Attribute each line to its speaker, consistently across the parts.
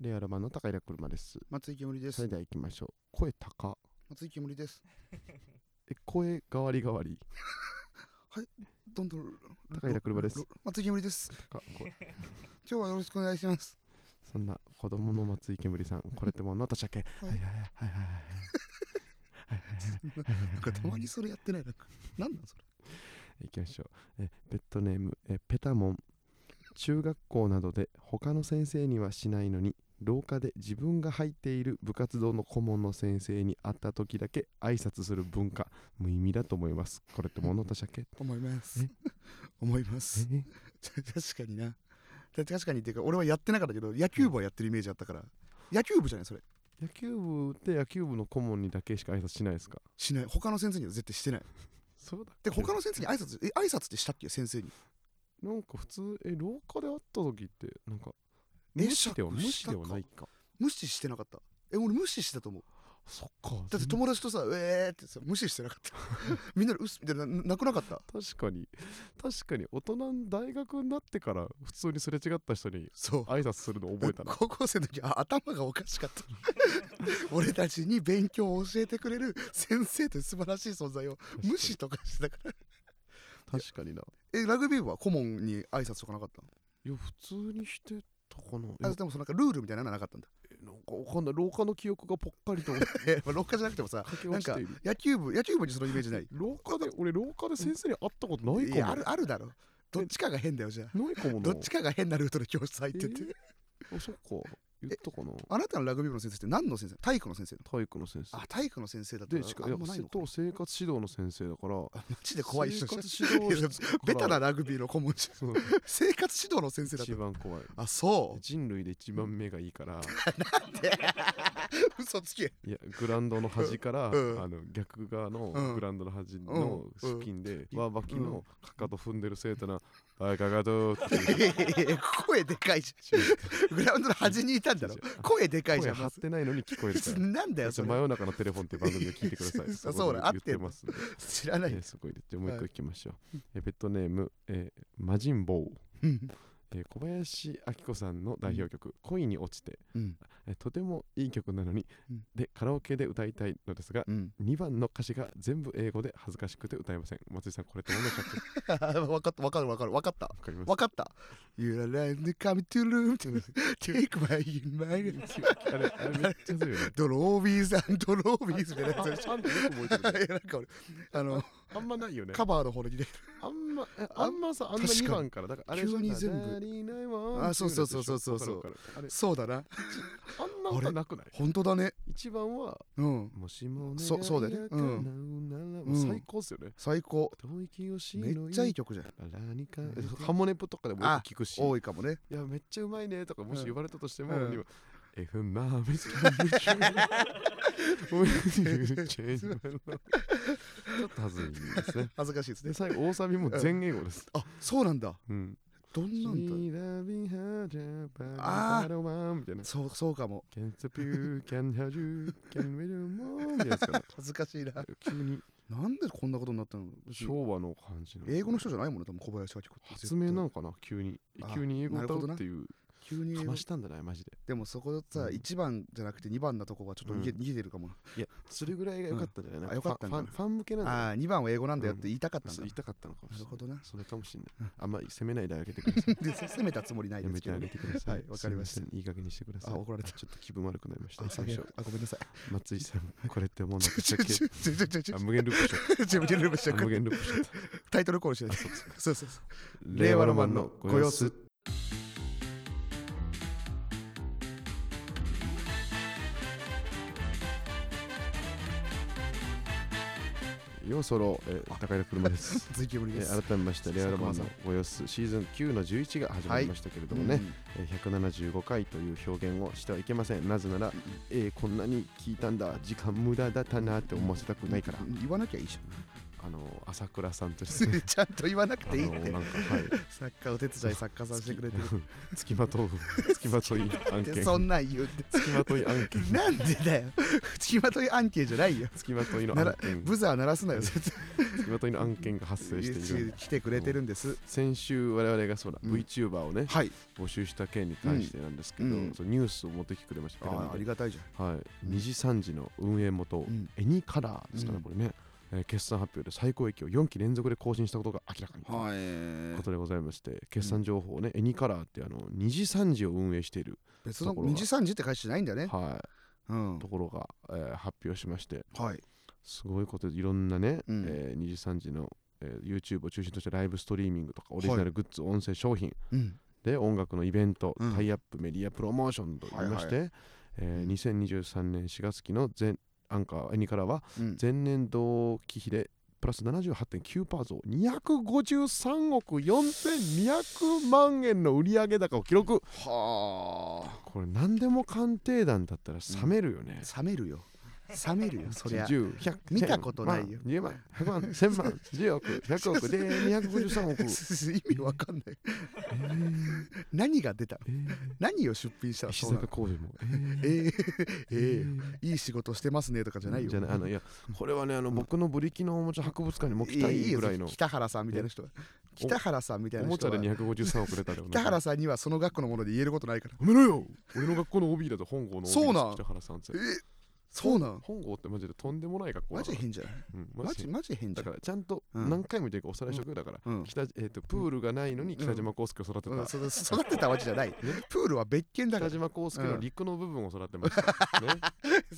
Speaker 1: レアルマンの高平車です。
Speaker 2: 松井けむりで
Speaker 1: そ
Speaker 2: す
Speaker 1: れ。では行きましょう。声高。
Speaker 2: 松井けむりです。
Speaker 1: え、声変わり変わり。
Speaker 2: どんどん。
Speaker 1: 高平車です
Speaker 2: ろ。松井けむりです。
Speaker 1: 高声
Speaker 2: 今日はよろしくお願いします。
Speaker 1: そんな子供の松井けむりさん、これってもうのたしゃけ。はいはいは
Speaker 2: い
Speaker 1: いはいはいはいはい。
Speaker 2: なんかたまにそれやってない。なんか。なんなんそれ。
Speaker 1: 行きましょう。え、ペットネーム、え、ペタモン。中学校などで他の先生にはしないのに、廊下で自分が入っている部活動の顧問の先生に会った時だけ挨拶する文化、無意味だと思います。これってもうのたしゃけ。
Speaker 2: 思います
Speaker 1: え。
Speaker 2: 思います。
Speaker 1: え
Speaker 2: 確かにな。た確かにっていうか、俺はやってなかったけど、野球部はやってるイメージあったから。野球部じゃない、それ。
Speaker 1: 野球部って野球部の顧問にだけしか挨拶しないですか
Speaker 2: しない。他の先生には絶対してない。
Speaker 1: そうだっ
Speaker 2: で、他の先生に挨拶、え、挨拶ってしたっけ、先生に。
Speaker 1: なんか普通え廊下で会った時ってなんか
Speaker 2: え
Speaker 1: 無視では無
Speaker 2: 釈し
Speaker 1: 視
Speaker 2: た
Speaker 1: で
Speaker 2: か
Speaker 1: はないか
Speaker 2: 無視してなかった。え、俺無視してたと思う。
Speaker 1: そっか
Speaker 2: だって友達とさ、うえーってさ、無視してなかった。 みんなで、うっすみたいな、ななくなかった。
Speaker 1: 確かに確かに大人大学になってから普通にすれ違った人に
Speaker 2: そう。
Speaker 1: 挨拶するの覚えた な
Speaker 2: 高校生の時あ頭がおかしかった 俺たちに勉強を教えてくれる先生という素晴らしい存在を無視とかしてたから
Speaker 1: 確かにな
Speaker 2: えラグビー部は顧問に挨拶とかなかっ
Speaker 1: いや普通にしてたかな
Speaker 2: た
Speaker 1: あ
Speaker 2: あでもそのなんかルールみたいなのはなかったんだ
Speaker 1: なんかわかんない廊下の記憶がぽっかりと 駆
Speaker 2: えまあ廊下じゃなくてもさ
Speaker 1: け落ちている
Speaker 2: 野球部野球部にそのイメージない
Speaker 1: 廊下で俺廊下で先生に会ったことない
Speaker 2: いや
Speaker 1: か
Speaker 2: あるあるだろどっちかが変だよじゃあ
Speaker 1: もないかもな
Speaker 2: どっちかが変なルートで教室入ってて、
Speaker 1: えーあそっか言ったかな
Speaker 2: あなたのラグビー部の先生って何の先生体育の先生の
Speaker 1: 体育の先生
Speaker 2: あ体育の先生だった
Speaker 1: で
Speaker 2: ら
Speaker 1: しか
Speaker 2: あ
Speaker 1: い
Speaker 2: ん
Speaker 1: や
Speaker 2: まないのか
Speaker 1: と生活指導の先生だから
Speaker 2: あマジで怖い人じゃん
Speaker 1: 生活指導室から
Speaker 2: ベタなラグビーの顧問じゃん
Speaker 1: そう
Speaker 2: 生活指導の先生だった
Speaker 1: 一番怖い
Speaker 2: あそう
Speaker 1: 人類で一番目がいいから
Speaker 2: 嘘つけ
Speaker 1: いやグラウンドの端から、
Speaker 2: うん
Speaker 1: あの逆側の
Speaker 2: うん
Speaker 1: グラウンドの端の
Speaker 2: うん
Speaker 1: スキンで、上履きのかかと踏んでる生徒な「あいかかと」って
Speaker 2: 声でかいじゃんグラウンドの端にいたんだろ声でかいじ
Speaker 1: 声
Speaker 2: ゃん
Speaker 1: 張
Speaker 2: ま
Speaker 1: っ
Speaker 2: ず
Speaker 1: てないのに聞こえる から。
Speaker 2: なんだよ
Speaker 1: ち
Speaker 2: そ
Speaker 1: ょ真
Speaker 2: れ
Speaker 1: 夜中のテレフォンっていう番組を聞いてください。
Speaker 2: そ
Speaker 1: こ
Speaker 2: う
Speaker 1: で
Speaker 2: そうだ合
Speaker 1: 言
Speaker 2: っ
Speaker 1: って
Speaker 2: てんの
Speaker 1: ますんで。
Speaker 2: 知らない
Speaker 1: えーすごいです。じゃあもう一個いきましょう。えーペットネーム、えー、魔人坊、
Speaker 2: うん
Speaker 1: えー小林明子さんの代表曲、恋に落ちて、
Speaker 2: うん
Speaker 1: えとてもいい曲なのに、
Speaker 2: うん
Speaker 1: でカラオケで歌いたいのですが
Speaker 2: うん
Speaker 1: 2番の歌詞が全部英語で恥ずかしくて歌えません松井さんこれって何のシャック
Speaker 2: わかったわかるわかるわかった
Speaker 1: わかります
Speaker 2: わかった「You are lying to come to room to take my in my
Speaker 1: あれあれめっちゃ強いよね
Speaker 2: ドロービーズドロービーズ」みたい なやつ
Speaker 1: ああんたよく覚えてるね
Speaker 2: いやなんか俺あの
Speaker 1: あんまないよね
Speaker 2: カバーの方に入れ
Speaker 1: あんまえあんまさあんな
Speaker 2: 確かに
Speaker 1: 2番からだからあれ
Speaker 2: 急に全部
Speaker 1: 部
Speaker 2: あそうそうそうそうそうそう
Speaker 1: あれ
Speaker 2: そうだな
Speaker 1: あんな歌なくない
Speaker 2: 本当だね
Speaker 1: 一番は
Speaker 2: うん
Speaker 1: もしも
Speaker 2: そそうだよねうん
Speaker 1: ん
Speaker 2: うん
Speaker 1: 最高っすよね
Speaker 2: 最高
Speaker 1: 遠い清志
Speaker 2: め
Speaker 1: の
Speaker 2: っちゃいい曲じゃん
Speaker 1: あらにかえハモネプとかでもよく聞くし
Speaker 2: 多いかもね
Speaker 1: いや、めっちゃうまいねとか、もし
Speaker 2: うん
Speaker 1: 言われたとしても、
Speaker 2: うん
Speaker 1: 今、F マーメスキャンディーチェンジマンのちょっと恥ずいです ね。
Speaker 2: 恥ずかしいですね
Speaker 1: で、最後、大サビも全英語です。
Speaker 2: あそうなんだ
Speaker 1: うん。
Speaker 2: どんなんだ
Speaker 1: We love you, Japan,
Speaker 2: あー
Speaker 1: Padawan みたいな。
Speaker 2: そうそうかも
Speaker 1: Can't stop you, can't hurt you, can't wait more みたいなやつかな
Speaker 2: 恥ずかしいな
Speaker 1: 急に
Speaker 2: なんでこんなことになったの
Speaker 1: 昭和の感じの。
Speaker 2: 英語の人じゃないもんね多分小林明子って
Speaker 1: 発明な
Speaker 2: 絶
Speaker 1: のかな急に
Speaker 2: あ。
Speaker 1: 急に英語
Speaker 2: なる
Speaker 1: 歌
Speaker 2: ほど
Speaker 1: う
Speaker 2: な
Speaker 1: っていう。
Speaker 2: 対急に
Speaker 1: か
Speaker 2: 英
Speaker 1: ま
Speaker 2: 語
Speaker 1: したんだな、マジで。
Speaker 2: でもそこでさ
Speaker 1: うん
Speaker 2: 1番じゃなくて2番なとこはちょっと逃げ,、
Speaker 1: う
Speaker 2: 逃げてるかもな、
Speaker 1: いや、それぐらいが良かったんじゃない、
Speaker 2: ん
Speaker 1: なん
Speaker 2: あ良かったん
Speaker 1: フ
Speaker 2: だ
Speaker 1: ァンファンファン向けなんだよ
Speaker 2: ああ2番は英語なんだよって言いたかったんだ
Speaker 1: そう
Speaker 2: な、
Speaker 1: 言いたかったのかもしれな
Speaker 2: なる
Speaker 1: い
Speaker 2: ほ。どな
Speaker 1: それかもしれない。あんまり責めないであげてください。
Speaker 2: で攻めたつもりない
Speaker 1: や
Speaker 2: で
Speaker 1: め
Speaker 2: す
Speaker 1: て
Speaker 2: け
Speaker 1: あ
Speaker 2: ど、
Speaker 1: げ
Speaker 2: ね、
Speaker 1: てください。
Speaker 2: はいわかりました
Speaker 1: すいせん。いい加減にしてください。
Speaker 2: あ怒られた
Speaker 1: ちょっと気分悪くなりました。
Speaker 2: あ
Speaker 1: 最
Speaker 2: 最
Speaker 1: 初
Speaker 2: 初、あごめんなさい
Speaker 1: 松井さん、これってもうなんか
Speaker 2: ち
Speaker 1: ち
Speaker 2: ょ
Speaker 1: ょ
Speaker 2: ちょちょちょちょちょ
Speaker 1: あ、無限ループしちゃっ
Speaker 2: ちょ無限ループしちゃ
Speaker 1: た。
Speaker 2: う
Speaker 1: あ無限ループしちゃった。
Speaker 2: タイトルコールしないそうそうそう
Speaker 1: 令和ロマンのご様子。ようそろ、えー、高井車です。
Speaker 2: 続きぶり
Speaker 1: え
Speaker 2: です、
Speaker 1: ー改めまして、レアルマンのご様子、シーズン9の11が始まりましたけれどもね、
Speaker 2: うん
Speaker 1: えー175回という表現をしてはいけません。なぜなら、えーこんなに聞いたんだ、時間無駄だったなって思わせたくないから。
Speaker 2: 言わなきゃいいじゃん
Speaker 1: あの朝倉さんとですね
Speaker 2: ちゃんと言わなく
Speaker 1: あ
Speaker 2: ていい
Speaker 1: の
Speaker 2: って
Speaker 1: なんかはい
Speaker 2: 作家お手伝い作家さんしてくれてる
Speaker 1: つきま とうつきまとい案
Speaker 2: で
Speaker 1: 件
Speaker 2: そんなん言うって
Speaker 1: つきまとい案件
Speaker 2: なんでだよ付きまとい案件じゃないよ
Speaker 1: つきまといの
Speaker 2: な
Speaker 1: 案
Speaker 2: ら
Speaker 1: 件
Speaker 2: ブザー鳴らすなよ絶
Speaker 1: つきまといの案件が発生しているんで
Speaker 2: 対来てくれてるんです
Speaker 1: 先週我々がそうだ、
Speaker 2: うん
Speaker 1: VTuber をね
Speaker 2: はい
Speaker 1: 募集した件に関してなんですけど、
Speaker 2: うん
Speaker 1: そのニュースを持ってきてくれましたけど、
Speaker 2: あありがたいじ
Speaker 1: はい、2時3時の運営元、
Speaker 2: ゃんうん
Speaker 1: エニカラーですから、
Speaker 2: うん
Speaker 1: これね、えー決算発表で最高益を4期連続で更新したことが明らかにとい
Speaker 2: は
Speaker 1: うことでございまして、決算情報をね、エニカラーってあの2時3時を運営している、
Speaker 2: い別の
Speaker 1: ところが
Speaker 2: 2時3時って返してないんだね
Speaker 1: は
Speaker 2: うん
Speaker 1: い、ところが、えー発表しまして
Speaker 2: はい
Speaker 1: すごいことでいろんなね、
Speaker 2: うん
Speaker 1: えー2時3時の、えー YouTube を中心としたライブストリーミングとかオ
Speaker 2: い
Speaker 1: リジナルグッズ、音声商品
Speaker 2: うん
Speaker 1: で音楽のイベント、
Speaker 2: うん
Speaker 1: タイアップメディアプロモーションといいまして、えー
Speaker 2: うん
Speaker 1: 2023年4月期の前アンカーエニカラーは
Speaker 2: うん
Speaker 1: 前年同期比でプラス78.9%増253億4200万円の売上高を記録
Speaker 2: はあ
Speaker 1: これ何でも鑑定団だったら冷めるよね、
Speaker 2: 冷めるよ冷める よそりゃ
Speaker 1: 10、100
Speaker 2: 見たことないよ
Speaker 1: 10万、100万、1000万、10億、100億 で253億。
Speaker 2: 意味わかんない何が出た
Speaker 1: えー
Speaker 2: 何を出品したら
Speaker 1: 石
Speaker 2: そうな
Speaker 1: 坂
Speaker 2: の
Speaker 1: 浩二も。え
Speaker 2: え
Speaker 1: ー
Speaker 2: ー、え
Speaker 1: え
Speaker 2: ー、
Speaker 1: ー
Speaker 2: いい仕事してますねとかじゃないよ
Speaker 1: じゃないあのいやこれはねあの僕のブリキのおもちゃ博物館にも来たい
Speaker 2: よ
Speaker 1: ぐらいの
Speaker 2: 北原さんみたいな人が
Speaker 1: お
Speaker 2: 北原さんみたい
Speaker 1: お
Speaker 2: な
Speaker 1: もち
Speaker 2: 人
Speaker 1: ゃで
Speaker 2: は
Speaker 1: 253億出たら
Speaker 2: 北原さんにはその学校のもので言えることないから
Speaker 1: やめろよ俺の学校の OB だと本郷の OB
Speaker 2: そうなん
Speaker 1: 北原さんって
Speaker 2: えそうなん
Speaker 1: 本郷ってマジでとんでもない学校
Speaker 2: マ
Speaker 1: だか
Speaker 2: ジ
Speaker 1: ら
Speaker 2: 変じゃない
Speaker 1: うんマ
Speaker 2: マ
Speaker 1: ジ
Speaker 2: ジマジ変じ
Speaker 1: だ
Speaker 2: ゃん
Speaker 1: からちゃんと
Speaker 2: うん
Speaker 1: 何回も言ってるかおさらいしとくだから、
Speaker 2: うん
Speaker 1: 北えー、とプールがないのに北島康介を育てた、
Speaker 2: うんそそ育てたわけじゃないプールは別件だか
Speaker 1: 北
Speaker 2: ら
Speaker 1: 島康介の陸の部分を育てま した、ね、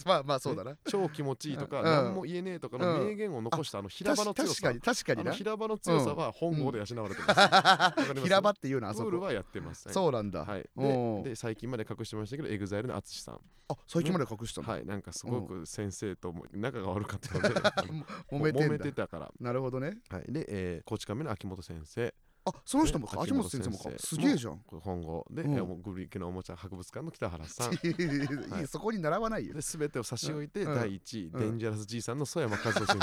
Speaker 2: まあまあそうだな
Speaker 1: 超気持ちいいとか、
Speaker 2: うん
Speaker 1: 何も言えねえとかの
Speaker 2: うん
Speaker 1: 名言を残したあの平場
Speaker 2: 確
Speaker 1: の
Speaker 2: か
Speaker 1: 強
Speaker 2: に
Speaker 1: さ、
Speaker 2: 確か
Speaker 1: あ
Speaker 2: に
Speaker 1: の
Speaker 2: な
Speaker 1: 平場の強さは本郷で養われてます、ります
Speaker 2: 平場っていうのはあそ
Speaker 1: プール
Speaker 2: こ
Speaker 1: はやってます
Speaker 2: そうなんだ、
Speaker 1: はい、
Speaker 2: お
Speaker 1: で
Speaker 2: ー
Speaker 1: で最近まで隠してましたけど EXILE の淳さん
Speaker 2: あ最近まで隠したの、
Speaker 1: はいなんかすごく先生とも仲が悪かったのであの
Speaker 2: 揉めてん
Speaker 1: た
Speaker 2: だ
Speaker 1: から、
Speaker 2: なるほどね
Speaker 1: はい、で、えー、コーチカメの秋元先生
Speaker 2: あその人もか
Speaker 1: ね
Speaker 2: 秋元先生もか
Speaker 1: 秋元先
Speaker 2: す
Speaker 1: 生
Speaker 2: げえじゃん
Speaker 1: これ本郷で、
Speaker 2: うん
Speaker 1: えーもうグリケのおもちゃ博物館の北原さん
Speaker 2: いやいやい や
Speaker 1: はい
Speaker 2: そこに並ばないよ
Speaker 1: で全てを差し置いて、
Speaker 2: うん
Speaker 1: 第1位、
Speaker 2: うん
Speaker 1: デンジャラスじいさんの曽山和夫先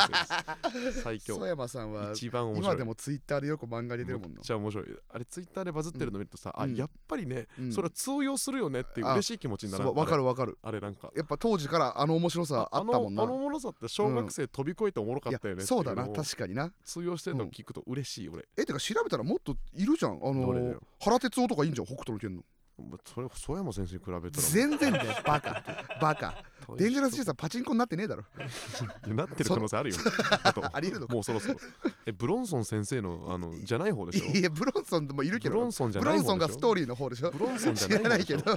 Speaker 1: 生です 最強
Speaker 2: 曽山さんは
Speaker 1: 一番面白い
Speaker 2: 今でもツイッターでよく漫画に出てるもん
Speaker 1: め
Speaker 2: な
Speaker 1: っちゃ面白いあれツイッターでバズってるの見るとさ、
Speaker 2: うん
Speaker 1: あやっぱりね、
Speaker 2: うん
Speaker 1: それは通用するよねっていう嬉しい気持ちにな
Speaker 2: そ
Speaker 1: らん
Speaker 2: うわか
Speaker 1: あれ
Speaker 2: るわかる
Speaker 1: あれなんか
Speaker 2: やっぱ当時からあの面白さあったもんな
Speaker 1: あのあのものさって小学生飛び越えておもろかっ
Speaker 2: いや
Speaker 1: たよねってい
Speaker 2: そうだな
Speaker 1: のを
Speaker 2: 確かにな
Speaker 1: 通用してるのを聞くと嬉しい俺
Speaker 2: えてか調べたらもっといるじゃんあの
Speaker 1: どれだ
Speaker 2: ー
Speaker 1: よ
Speaker 2: 原哲夫とかいいんじゃん北斗の剣の
Speaker 1: もうそれ曽山先生に比べたらもう
Speaker 2: 全然だよバカ バカ
Speaker 1: 大した
Speaker 2: デンジャラス G さんパチンコになってねえだろ
Speaker 1: いやなってる可能性あるよあと
Speaker 2: ありえるのか
Speaker 1: もうそろそろえブロンソン先生のあのじゃない方でしょ
Speaker 2: いやブロンソンでもいるけ
Speaker 1: ブ
Speaker 2: ど
Speaker 1: ロンソンじゃ
Speaker 2: ブ
Speaker 1: ない
Speaker 2: ロ
Speaker 1: 方
Speaker 2: ン
Speaker 1: でしょ
Speaker 2: ソンがストーリーの方でしょ
Speaker 1: ブロンソンじゃ
Speaker 2: 知
Speaker 1: ない
Speaker 2: ら
Speaker 1: 方
Speaker 2: ない
Speaker 1: でし
Speaker 2: け
Speaker 1: ょ
Speaker 2: どい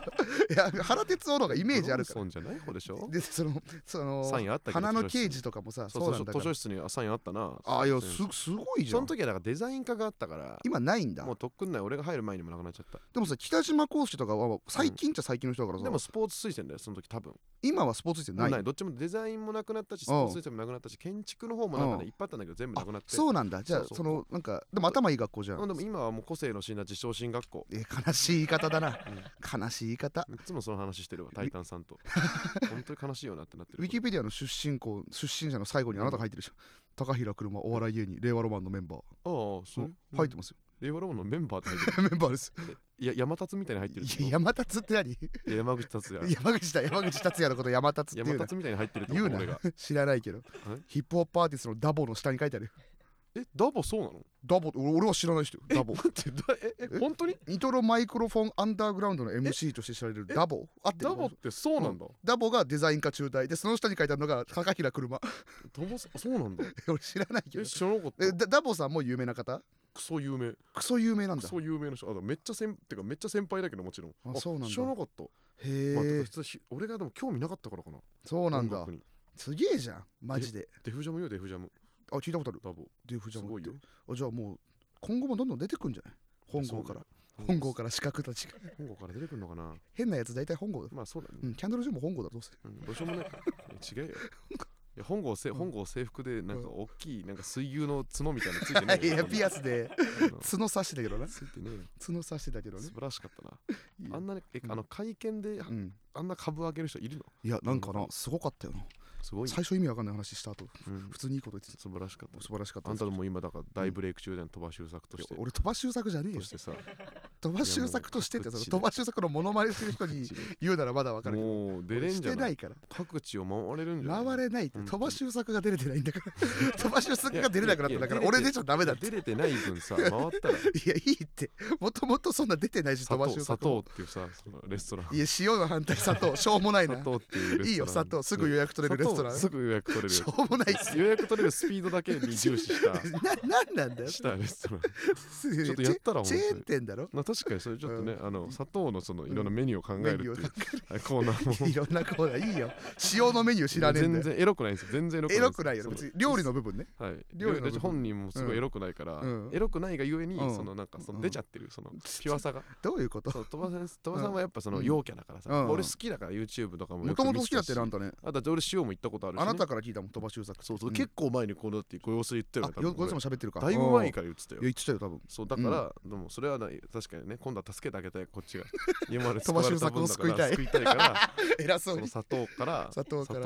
Speaker 2: や原哲夫の方がイメージあるから
Speaker 1: ブロンソンじゃない方でしょ
Speaker 2: でそのそ
Speaker 1: サインあ
Speaker 2: の
Speaker 1: ったけど
Speaker 2: 花の刑事とかもさ
Speaker 1: そう
Speaker 2: そうなん
Speaker 1: そう
Speaker 2: だ
Speaker 1: 図
Speaker 2: か
Speaker 1: 書
Speaker 2: ら
Speaker 1: 室にサインあったな
Speaker 2: あいや
Speaker 1: 先
Speaker 2: す
Speaker 1: 生
Speaker 2: すごいじゃ
Speaker 1: そ
Speaker 2: ん
Speaker 1: の時はだからデザイン科があったから
Speaker 2: 今ないんだ
Speaker 1: もうとっくんない俺が入る前にもなくなっちゃった
Speaker 2: でもさ北島康介とかは最近っちゃ最近の人だからさ、
Speaker 1: でもスポーツ推薦だよその時多分
Speaker 2: 今はスポーツして
Speaker 1: な
Speaker 2: ないい
Speaker 1: どっちもデザインもなくなったしスポーツ推薦もなくなったし建築の方もなんかね
Speaker 2: うん
Speaker 1: いっぱいあったんだけど全部な
Speaker 2: あ
Speaker 1: くなって
Speaker 2: そうなんだじゃあ
Speaker 1: そ
Speaker 2: そう
Speaker 1: そう
Speaker 2: のなんかでも頭いい学校じゃ
Speaker 1: まあ
Speaker 2: ん
Speaker 1: でも今はもう個性の死んだ自称進学校
Speaker 2: え悲しい言い方だな、悲しい言い方
Speaker 1: いつもその話 してるわタイタンさんと本当に悲しいよなってなってる
Speaker 2: ウィキペディアの出身校出身者の最後にあなたが入ってるでしょ、高平車お笑い芸人令和ロマンのメンバー、
Speaker 1: ああそう
Speaker 2: 入ってますよ
Speaker 1: 令和ロマンのメンバーって入ってる
Speaker 2: メンバーです
Speaker 1: いや山達みたいに入ってるってこ
Speaker 2: いや山達って何
Speaker 1: といや山口達也
Speaker 2: 山口だ山口達也のこと山達っていう
Speaker 1: 山
Speaker 2: な
Speaker 1: 達みたいに入ってるってこ
Speaker 2: 言う
Speaker 1: と
Speaker 2: な
Speaker 1: 俺が
Speaker 2: 知らないけど
Speaker 1: え
Speaker 2: ヒップホップアーティストのダボの下に書いてあるよ
Speaker 1: えダボそうなの
Speaker 2: ダボ俺俺は知らない人よダボ
Speaker 1: 待ってだええ本当に
Speaker 2: ニトロマイクロフォンアンダーグラウンドの MC として知られるダボあってる
Speaker 1: ダボってそうなんだ
Speaker 2: ダボがデザイン科中退でその下に書いてあるのが高平車
Speaker 1: ダボさそうなんだ
Speaker 2: 俺知らないけ
Speaker 1: え
Speaker 2: ど
Speaker 1: 知らなかった
Speaker 2: えダダボさんも有名な方
Speaker 1: クソ有名
Speaker 2: クソ有名なん
Speaker 1: ク
Speaker 2: だ
Speaker 1: ソ有名な人あだからめっちゃ先てかめっちゃ先輩だけどもちろん
Speaker 2: あそうなんだ
Speaker 1: 知らなかった
Speaker 2: へ
Speaker 1: まあ、てか
Speaker 2: え
Speaker 1: 普通ひ俺がでも興味なかったからかな。
Speaker 2: そうなん
Speaker 1: 音
Speaker 2: だ
Speaker 1: 楽に
Speaker 2: すげえじゃんマジで
Speaker 1: デフジャムよ、デフジャム。
Speaker 2: あ聞いたことある
Speaker 1: ダボ。
Speaker 2: デューフジ
Speaker 1: す
Speaker 2: ャム
Speaker 1: ご
Speaker 2: っ
Speaker 1: い
Speaker 2: て
Speaker 1: よ。
Speaker 2: あじゃあもう今後もどんどん出てくんじゃない本郷か
Speaker 1: そ
Speaker 2: ら
Speaker 1: うだ
Speaker 2: 本
Speaker 1: よ。
Speaker 2: 郷から資格たちが
Speaker 1: 本郷から出てくるのかな。
Speaker 2: 変なやつ大体本郷だ
Speaker 1: まあそうだね。
Speaker 2: うんキャンドルジュも本郷だどうせ
Speaker 1: うん、どうしようもないから。いや 違うよ。いや本郷せ本郷制服でなんか大きいなんか水牛の角みたいなのついてねえ
Speaker 2: い
Speaker 1: よ。
Speaker 2: やピア
Speaker 1: ス
Speaker 2: スで角刺してたけどな
Speaker 1: ついてねえ
Speaker 2: 角刺してたけど
Speaker 1: よ。
Speaker 2: ね
Speaker 1: 素晴らしかった
Speaker 2: いい
Speaker 1: な。あ
Speaker 2: よ
Speaker 1: んなねえ
Speaker 2: うん
Speaker 1: あの会見で
Speaker 2: うん
Speaker 1: あんな株上げる人いるの？
Speaker 2: いやなんかなすごかったよな
Speaker 1: すごい、
Speaker 2: 最初意味わかんない話した後
Speaker 1: うん
Speaker 2: 普通にいいこと言って
Speaker 1: 素晴らしかった
Speaker 2: た素晴らしかった
Speaker 1: あん
Speaker 2: です
Speaker 1: たも今だから大ブレイク中での鳥羽周作として
Speaker 2: 俺鳥羽周作じゃねえよ
Speaker 1: としてさ
Speaker 2: 鳥羽周作としてって
Speaker 1: いやもう
Speaker 2: その鳥羽周作のモノマネしてる人に言うならまだわかるけど
Speaker 1: もう出れん
Speaker 2: し
Speaker 1: じ
Speaker 2: て
Speaker 1: ゃな
Speaker 2: ないいから
Speaker 1: 各地を回れるんじゃない
Speaker 2: 回れないって
Speaker 1: うん
Speaker 2: 鳥羽周作が出れてないんだから鳥羽周作が出れなくなったんだから
Speaker 1: いやいや
Speaker 2: 俺出ちゃダメだって
Speaker 1: 出れてない分 さ回ったら
Speaker 2: いやいいってもともとそんな出てないし
Speaker 1: 砂
Speaker 2: 鳥
Speaker 1: 糖砂
Speaker 2: 羽周作も
Speaker 1: 糖っていうさそのレストラン
Speaker 2: いや塩の反対 砂糖しょうもないな
Speaker 1: 砂糖っていうレストラン
Speaker 2: いいよ砂糖すぐ予
Speaker 1: 約
Speaker 2: 約取れるレストラン
Speaker 1: す
Speaker 2: し
Speaker 1: ぐ予約取れる
Speaker 2: ょうもないっす
Speaker 1: 予約取れるスピードだけに重視 した
Speaker 2: ななんなんだよ
Speaker 1: したレストラン
Speaker 2: ち
Speaker 1: ょっとやったら面
Speaker 2: チ
Speaker 1: 白い
Speaker 2: ェーン店だろ
Speaker 1: まあ確かにそれちょっとね、あの砂糖のそのいろんなメニューを考
Speaker 2: メ
Speaker 1: え
Speaker 2: ニ
Speaker 1: る
Speaker 2: ュ
Speaker 1: って
Speaker 2: ー
Speaker 1: い
Speaker 2: を
Speaker 1: うあコーナーも
Speaker 2: いろんなコーナーい いよ塩のメニュー知らねえんだ
Speaker 1: 全
Speaker 2: よ
Speaker 1: 然エロくないんですよ全然エロくない
Speaker 2: エロくないよ
Speaker 1: その
Speaker 2: 別に料理の部分ね
Speaker 1: はい
Speaker 2: 料理の部分
Speaker 1: だし本人もすごいエロくないから、
Speaker 2: うん
Speaker 1: エロくないがゆえに、
Speaker 2: うん
Speaker 1: そのなんかその
Speaker 2: うん
Speaker 1: 出ちゃってるそのピュアさが
Speaker 2: どういうこと
Speaker 1: そう鳥羽さん鳥羽さんはやっぱその
Speaker 2: うん
Speaker 1: 陽キャだからさ、
Speaker 2: うん
Speaker 1: 俺好きだから YouTube とかも
Speaker 2: も
Speaker 1: よ
Speaker 2: と
Speaker 1: く
Speaker 2: も
Speaker 1: 見
Speaker 2: と
Speaker 1: てた
Speaker 2: 好きだっ
Speaker 1: して
Speaker 2: なんだね
Speaker 1: あだって俺塩も行ったことあるし、
Speaker 2: あ
Speaker 1: ね、
Speaker 2: なたから聞いたもん鳥羽周作
Speaker 1: そうそう、
Speaker 2: ん
Speaker 1: 結構前にこのだってご様子言ったよ
Speaker 2: あ
Speaker 1: ね多分
Speaker 2: よごめんなさい喋ってるか
Speaker 1: だいぶ前
Speaker 2: か
Speaker 1: から言ってたよ
Speaker 2: いや言ってた よ多分
Speaker 1: そうだから、でもそれはない確かにね今度は助けてあげたいこっ ちが家まで
Speaker 2: 鳥羽周作を救いたい
Speaker 1: 救いたいから
Speaker 2: 偉 そ
Speaker 1: そうの
Speaker 2: に
Speaker 1: 砂糖から
Speaker 2: 砂糖から
Speaker 1: っ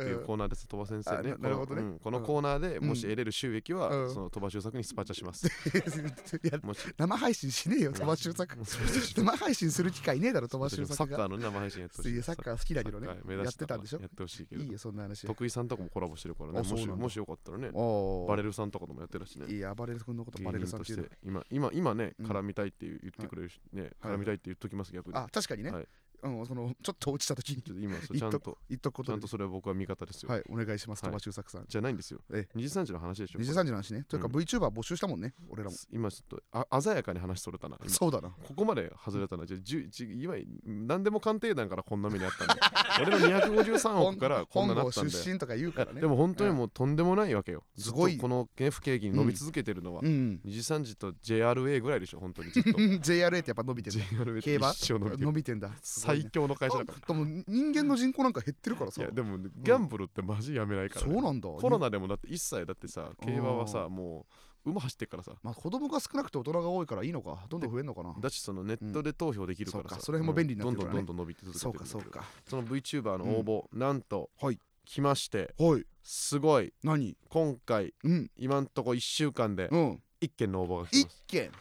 Speaker 1: ていうコーナーです鳥羽先生ね
Speaker 2: あななるほどね
Speaker 1: このうんこの
Speaker 2: うん
Speaker 1: コーナーでもし
Speaker 2: うん
Speaker 1: 得れる収益は、
Speaker 2: うん
Speaker 1: その鳥羽周作にスパチャします
Speaker 2: いや
Speaker 1: もし
Speaker 2: 生配信しねえよ 鳥羽周作
Speaker 1: もうそれで
Speaker 2: 生配信する機会ねえだろ鳥羽周
Speaker 1: サ
Speaker 2: 作
Speaker 1: ッカー
Speaker 2: が
Speaker 1: のね生配信やってほし
Speaker 2: い
Speaker 1: い
Speaker 2: やサッカー好きだけどね
Speaker 1: サッカー目
Speaker 2: や
Speaker 1: 指
Speaker 2: っ
Speaker 1: して
Speaker 2: たんでしょ
Speaker 1: やってほしいけど
Speaker 2: いいよそんな話
Speaker 1: 徳井さんとかもコラボしてるからね
Speaker 2: あ
Speaker 1: も
Speaker 2: そう
Speaker 1: し
Speaker 2: なんだ
Speaker 1: もしよかったらね
Speaker 2: お
Speaker 1: バレルさんとかともやってるしね
Speaker 2: いやバレル君のことバレルさんっていう
Speaker 1: 芸
Speaker 2: の
Speaker 1: 人として今今今ね
Speaker 2: うん
Speaker 1: 絡みたいっていう言ってくれるしね
Speaker 2: はい
Speaker 1: 絡みたいって言っときます逆に
Speaker 2: あ確かにね、
Speaker 1: はい
Speaker 2: うん、そのちょっと落ちた時に
Speaker 1: ちょっと今そうちゃ
Speaker 2: 言
Speaker 1: ん
Speaker 2: っと
Speaker 1: と
Speaker 2: 言っとくこ
Speaker 1: ちゃ
Speaker 2: と
Speaker 1: ん
Speaker 2: で
Speaker 1: とそれは僕は味方ですよ
Speaker 2: はいお願いします
Speaker 1: はい
Speaker 2: 鳥羽周作さん
Speaker 1: じゃないんですよ
Speaker 2: え
Speaker 1: 二次三次の話でしょ
Speaker 2: 二次三次の話ねというか
Speaker 1: うん
Speaker 2: VTuber 募集したもんね俺らも
Speaker 1: 今ちょっとあ鮮やかに話それたな今
Speaker 2: そうだな
Speaker 1: ここまで外れたのは、じゃあじゅじいわゆる何でも鑑定団からこんな目にあったん だよ俺の253億からこんな
Speaker 2: 本
Speaker 1: な
Speaker 2: 郷
Speaker 1: ったんだよ
Speaker 2: 出身とか言うからね
Speaker 1: でも本当にもうとんでもないわけよ。
Speaker 2: すごい
Speaker 1: ずっとこのね不景気に伸び続けてるのは、
Speaker 2: うん
Speaker 1: 二次三次と JRA ぐらいでしょ、本当にずっと。
Speaker 2: JRA ってやっぱ伸びてる
Speaker 1: JRA って
Speaker 2: 競馬
Speaker 1: 一生伸びて
Speaker 2: 伸
Speaker 1: る。
Speaker 2: びてんだ すごいね
Speaker 1: 最強の会社だか
Speaker 2: あでも人間の人口なんか減ってるから
Speaker 1: ら。
Speaker 2: さ
Speaker 1: いや、でもねギャンブルってマジやめないから
Speaker 2: そ
Speaker 1: ね。
Speaker 2: うなんだ
Speaker 1: コロナでもだって一切だってさ、競馬は
Speaker 2: あ
Speaker 1: さ、もう馬走ってっからさ。
Speaker 2: まあ子供が少なくて大人が多いからいいのかどんどん増えんのかな
Speaker 1: だしそのネットで投票できるから
Speaker 2: そう
Speaker 1: さ、
Speaker 2: かそれも便利になってる
Speaker 1: どん
Speaker 2: から
Speaker 1: ど
Speaker 2: ね
Speaker 1: んどんどん伸び続けて
Speaker 2: そ
Speaker 1: る
Speaker 2: う
Speaker 1: だ
Speaker 2: んか
Speaker 1: けど
Speaker 2: そうか
Speaker 1: その VTuber の応募、なんと、
Speaker 2: はい
Speaker 1: 来まして
Speaker 2: はい
Speaker 1: すごい
Speaker 2: 何
Speaker 1: 今回
Speaker 2: うん
Speaker 1: 今んとこ1週間で
Speaker 2: うん
Speaker 1: 1件の応募が来て
Speaker 2: 一
Speaker 1: ます、
Speaker 2: 件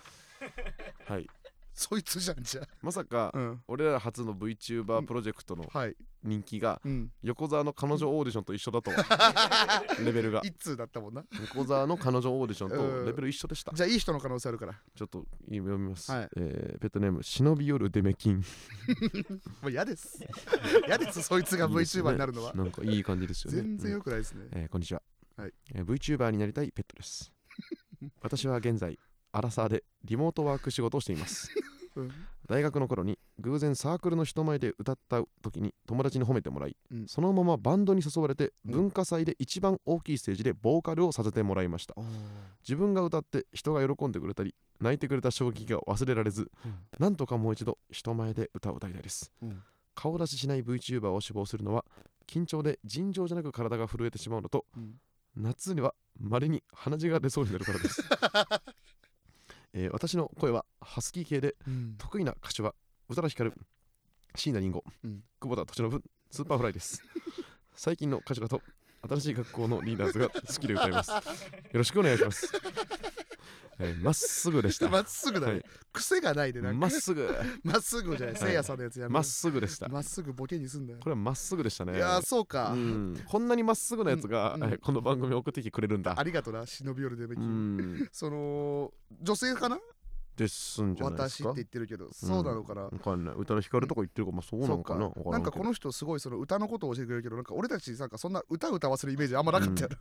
Speaker 1: はい、
Speaker 2: そいつじゃんじゃ
Speaker 1: まさか、
Speaker 2: あうん
Speaker 1: 俺ら初の VTuber プロジェクトの
Speaker 2: はい
Speaker 1: 人気が
Speaker 2: うん
Speaker 1: 横澤の彼女オーディションと一緒 だとはレベルが
Speaker 2: 一通だったもんな
Speaker 1: 横澤の彼女オーディション
Speaker 2: う
Speaker 1: と
Speaker 2: ん
Speaker 1: レベル一緒でした
Speaker 2: じゃあいい人の可能性あるから
Speaker 1: ちょっと読みます、
Speaker 2: はい
Speaker 1: えーペットネーム忍び寄るデメキン
Speaker 2: もう嫌です 嫌ですそいつが
Speaker 1: いいですね
Speaker 2: VTuber になるのは
Speaker 1: なんかいい感じですよね
Speaker 2: 全然
Speaker 1: うん
Speaker 2: 良くないですね
Speaker 1: えーこんにちは、
Speaker 2: はい
Speaker 1: えー VTuber になりたいペットです 私は現在アラサーでリモートワーク仕事をしています
Speaker 2: うん
Speaker 1: 大学の頃に偶然サークルの人前で歌った時に友達に褒めてもらい、
Speaker 2: うん
Speaker 1: そのままバンドに誘われて
Speaker 2: うん
Speaker 1: 文化祭で一番大きいステージでボーカルをさせてもらいました自分が歌って人が喜んでくれたり泣いてくれた衝撃が忘れられず、
Speaker 2: うん
Speaker 1: なんとかもう一度人前で歌を歌いたいです、
Speaker 2: うん
Speaker 1: 顔出ししない VTuber を志望するのは緊張で尋常じゃなく体が震えてしまうのと、
Speaker 2: うん
Speaker 1: 夏にはまれに鼻血が出そうになるから です、えー私の声はハスキー系で
Speaker 2: うん
Speaker 1: 得意な歌手は宇多田ヒカル椎名林檎、
Speaker 2: うん
Speaker 1: 久保田利伸スーパーフライです 最近の歌手だと新しい学校のリーダーズが好きで歌いますよろしくお願いしますえーま、っすぐでした
Speaker 2: まっすぐだ
Speaker 1: は
Speaker 2: ね
Speaker 1: い
Speaker 2: 癖がないでなんか
Speaker 1: まっすぐ
Speaker 2: まっすぐじゃない
Speaker 1: はい
Speaker 2: せいやさんのやつやめ
Speaker 1: ま
Speaker 2: ろ
Speaker 1: っすぐでしたこ
Speaker 2: まっすぐボケにすんだよ
Speaker 1: れはまっすぐでしたね
Speaker 2: いやーそうか
Speaker 1: うんこんなにまっすぐなやつが、
Speaker 2: うん
Speaker 1: えーこの番組送ってきてくれるんだ
Speaker 2: ありがとな忍び寄るデベキ
Speaker 1: うん
Speaker 2: その女性かな
Speaker 1: ですんじゃないです
Speaker 2: 私って
Speaker 1: か
Speaker 2: 言ってるけどそうなのかな
Speaker 1: わかんない宇多田ヒカルとか言ってるかまあそうな
Speaker 2: そ
Speaker 1: の
Speaker 2: う
Speaker 1: か
Speaker 2: か
Speaker 1: なわら
Speaker 2: なん
Speaker 1: んけ
Speaker 2: か
Speaker 1: ど
Speaker 2: この人すごいその歌のことを教えてくれるけどなんか俺たちなんかそんな歌歌わせるイメージあんまなかったよな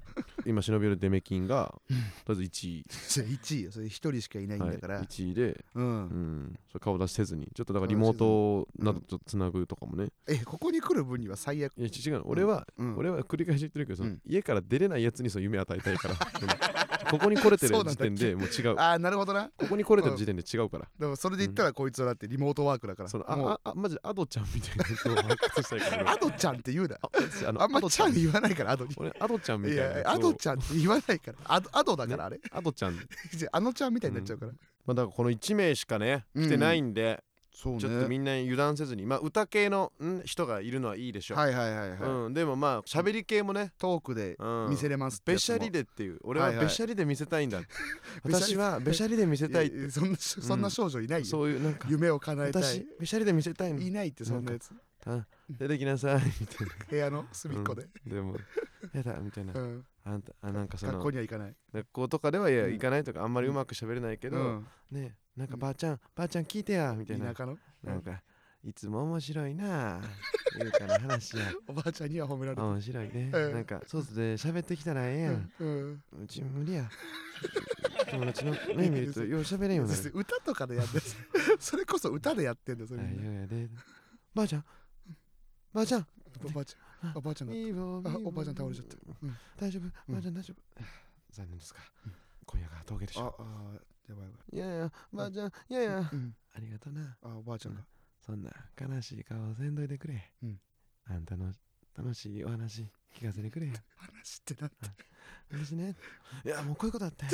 Speaker 1: 今忍び寄るデメキンがとりあえず1位
Speaker 2: じゃあ1位よそれ1人しかいないんだから
Speaker 1: はい、1位で、
Speaker 2: う
Speaker 1: うんん、それ顔出しせずにちょっとだからリモートなどとつなぐとかもね、
Speaker 2: えここに来る分には最悪
Speaker 1: いや違うの俺は、
Speaker 2: うん
Speaker 1: 俺は繰り返し言ってるけどその、
Speaker 2: うん
Speaker 1: 家から出れないやつにその夢与えたい からうんここに来れて
Speaker 2: そ
Speaker 1: る
Speaker 2: うなん
Speaker 1: 時
Speaker 2: だっ
Speaker 1: 点
Speaker 2: け
Speaker 1: でもう違うこ
Speaker 2: ああなるほどな
Speaker 1: こに来れてる時点で違うから、
Speaker 2: でもそれで言ったらこいつはだってリモートワークだから
Speaker 1: そのあ
Speaker 2: もう
Speaker 1: ああマジでアドちゃんみたいなやつを発掘したいから俺は
Speaker 2: アドちゃんって言うな
Speaker 1: あの
Speaker 2: あんま
Speaker 1: アド
Speaker 2: ちゃん言わないからアドに
Speaker 1: 俺アドちゃんみたい
Speaker 2: い
Speaker 1: なや
Speaker 2: や
Speaker 1: つを
Speaker 2: アドちゃんって言わないからアドアドだからあれ
Speaker 1: アドちゃん、
Speaker 2: じゃああのちゃんみたいになっちゃうから
Speaker 1: まあ、だからこの1名しかね来てないんで、
Speaker 2: そうね
Speaker 1: ちょっとみんな油断せずにまあ歌系のん人がいるのはいいでしょう、
Speaker 2: はいはいはいはい、
Speaker 1: うん、でもまあ喋り系もね、
Speaker 2: トークで
Speaker 1: うん、
Speaker 2: 見せれますって
Speaker 1: べ
Speaker 2: やつ
Speaker 1: し
Speaker 2: も
Speaker 1: ゃりでっていう俺は
Speaker 2: はいはい
Speaker 1: べしゃりで見せたいんだ、
Speaker 2: べしゃり
Speaker 1: 私はべしゃりで見せたいっ
Speaker 2: いや
Speaker 1: て
Speaker 2: いやそんなそんな少女いないよ、
Speaker 1: そういうなんか
Speaker 2: 夢を叶えた
Speaker 1: 私
Speaker 2: い
Speaker 1: べしゃりで見せたいの
Speaker 2: いないってそんなやつ
Speaker 1: あ出てきなさいみたい
Speaker 2: 部屋の隅っこで、
Speaker 1: なでもやだみたいな
Speaker 2: うん、
Speaker 1: あんたあなんかそ
Speaker 2: 学
Speaker 1: の
Speaker 2: 校には行かない
Speaker 1: 学校とかではいや
Speaker 2: うん
Speaker 1: 行かないとかあんまりうまく喋れないけど、
Speaker 2: うん、
Speaker 1: ねえなんかばあちゃん、ばあちゃん聞いてやみたいな
Speaker 2: 田舎の
Speaker 1: なんかいつも面白い なあ言うかな話や
Speaker 2: おばあちゃんには褒められ
Speaker 1: 面白いね、
Speaker 2: うん
Speaker 1: なんかそうで喋ってきたらええや
Speaker 2: る
Speaker 1: ん、
Speaker 2: うん
Speaker 1: うち無理や友達の目見るとよう喋れんようになる
Speaker 2: 歌とかでやってる それこそ歌でやってんだよそれ
Speaker 1: あ
Speaker 2: みんな
Speaker 1: ようやでばあちゃんばあちゃん
Speaker 2: おばあちゃんおばあちゃんが
Speaker 1: いいよ
Speaker 2: あ
Speaker 1: いいよ
Speaker 2: おばあちゃん倒れちゃったうん
Speaker 1: 大丈夫
Speaker 2: うん
Speaker 1: ばあちゃん大丈夫、残念ですか今夜が峠でし
Speaker 2: あ
Speaker 1: ょ
Speaker 2: あやばいや
Speaker 1: いやいやばあちゃんいやいや
Speaker 2: ばい、うん、
Speaker 1: ありがとな
Speaker 2: あおばあちゃんが
Speaker 1: そんな悲しい顔せんといてくれ、
Speaker 2: うん
Speaker 1: あんたの楽しいお話聞かせてくれよ
Speaker 2: 話ってな
Speaker 1: 私ね。いや、もうこういうことだって。い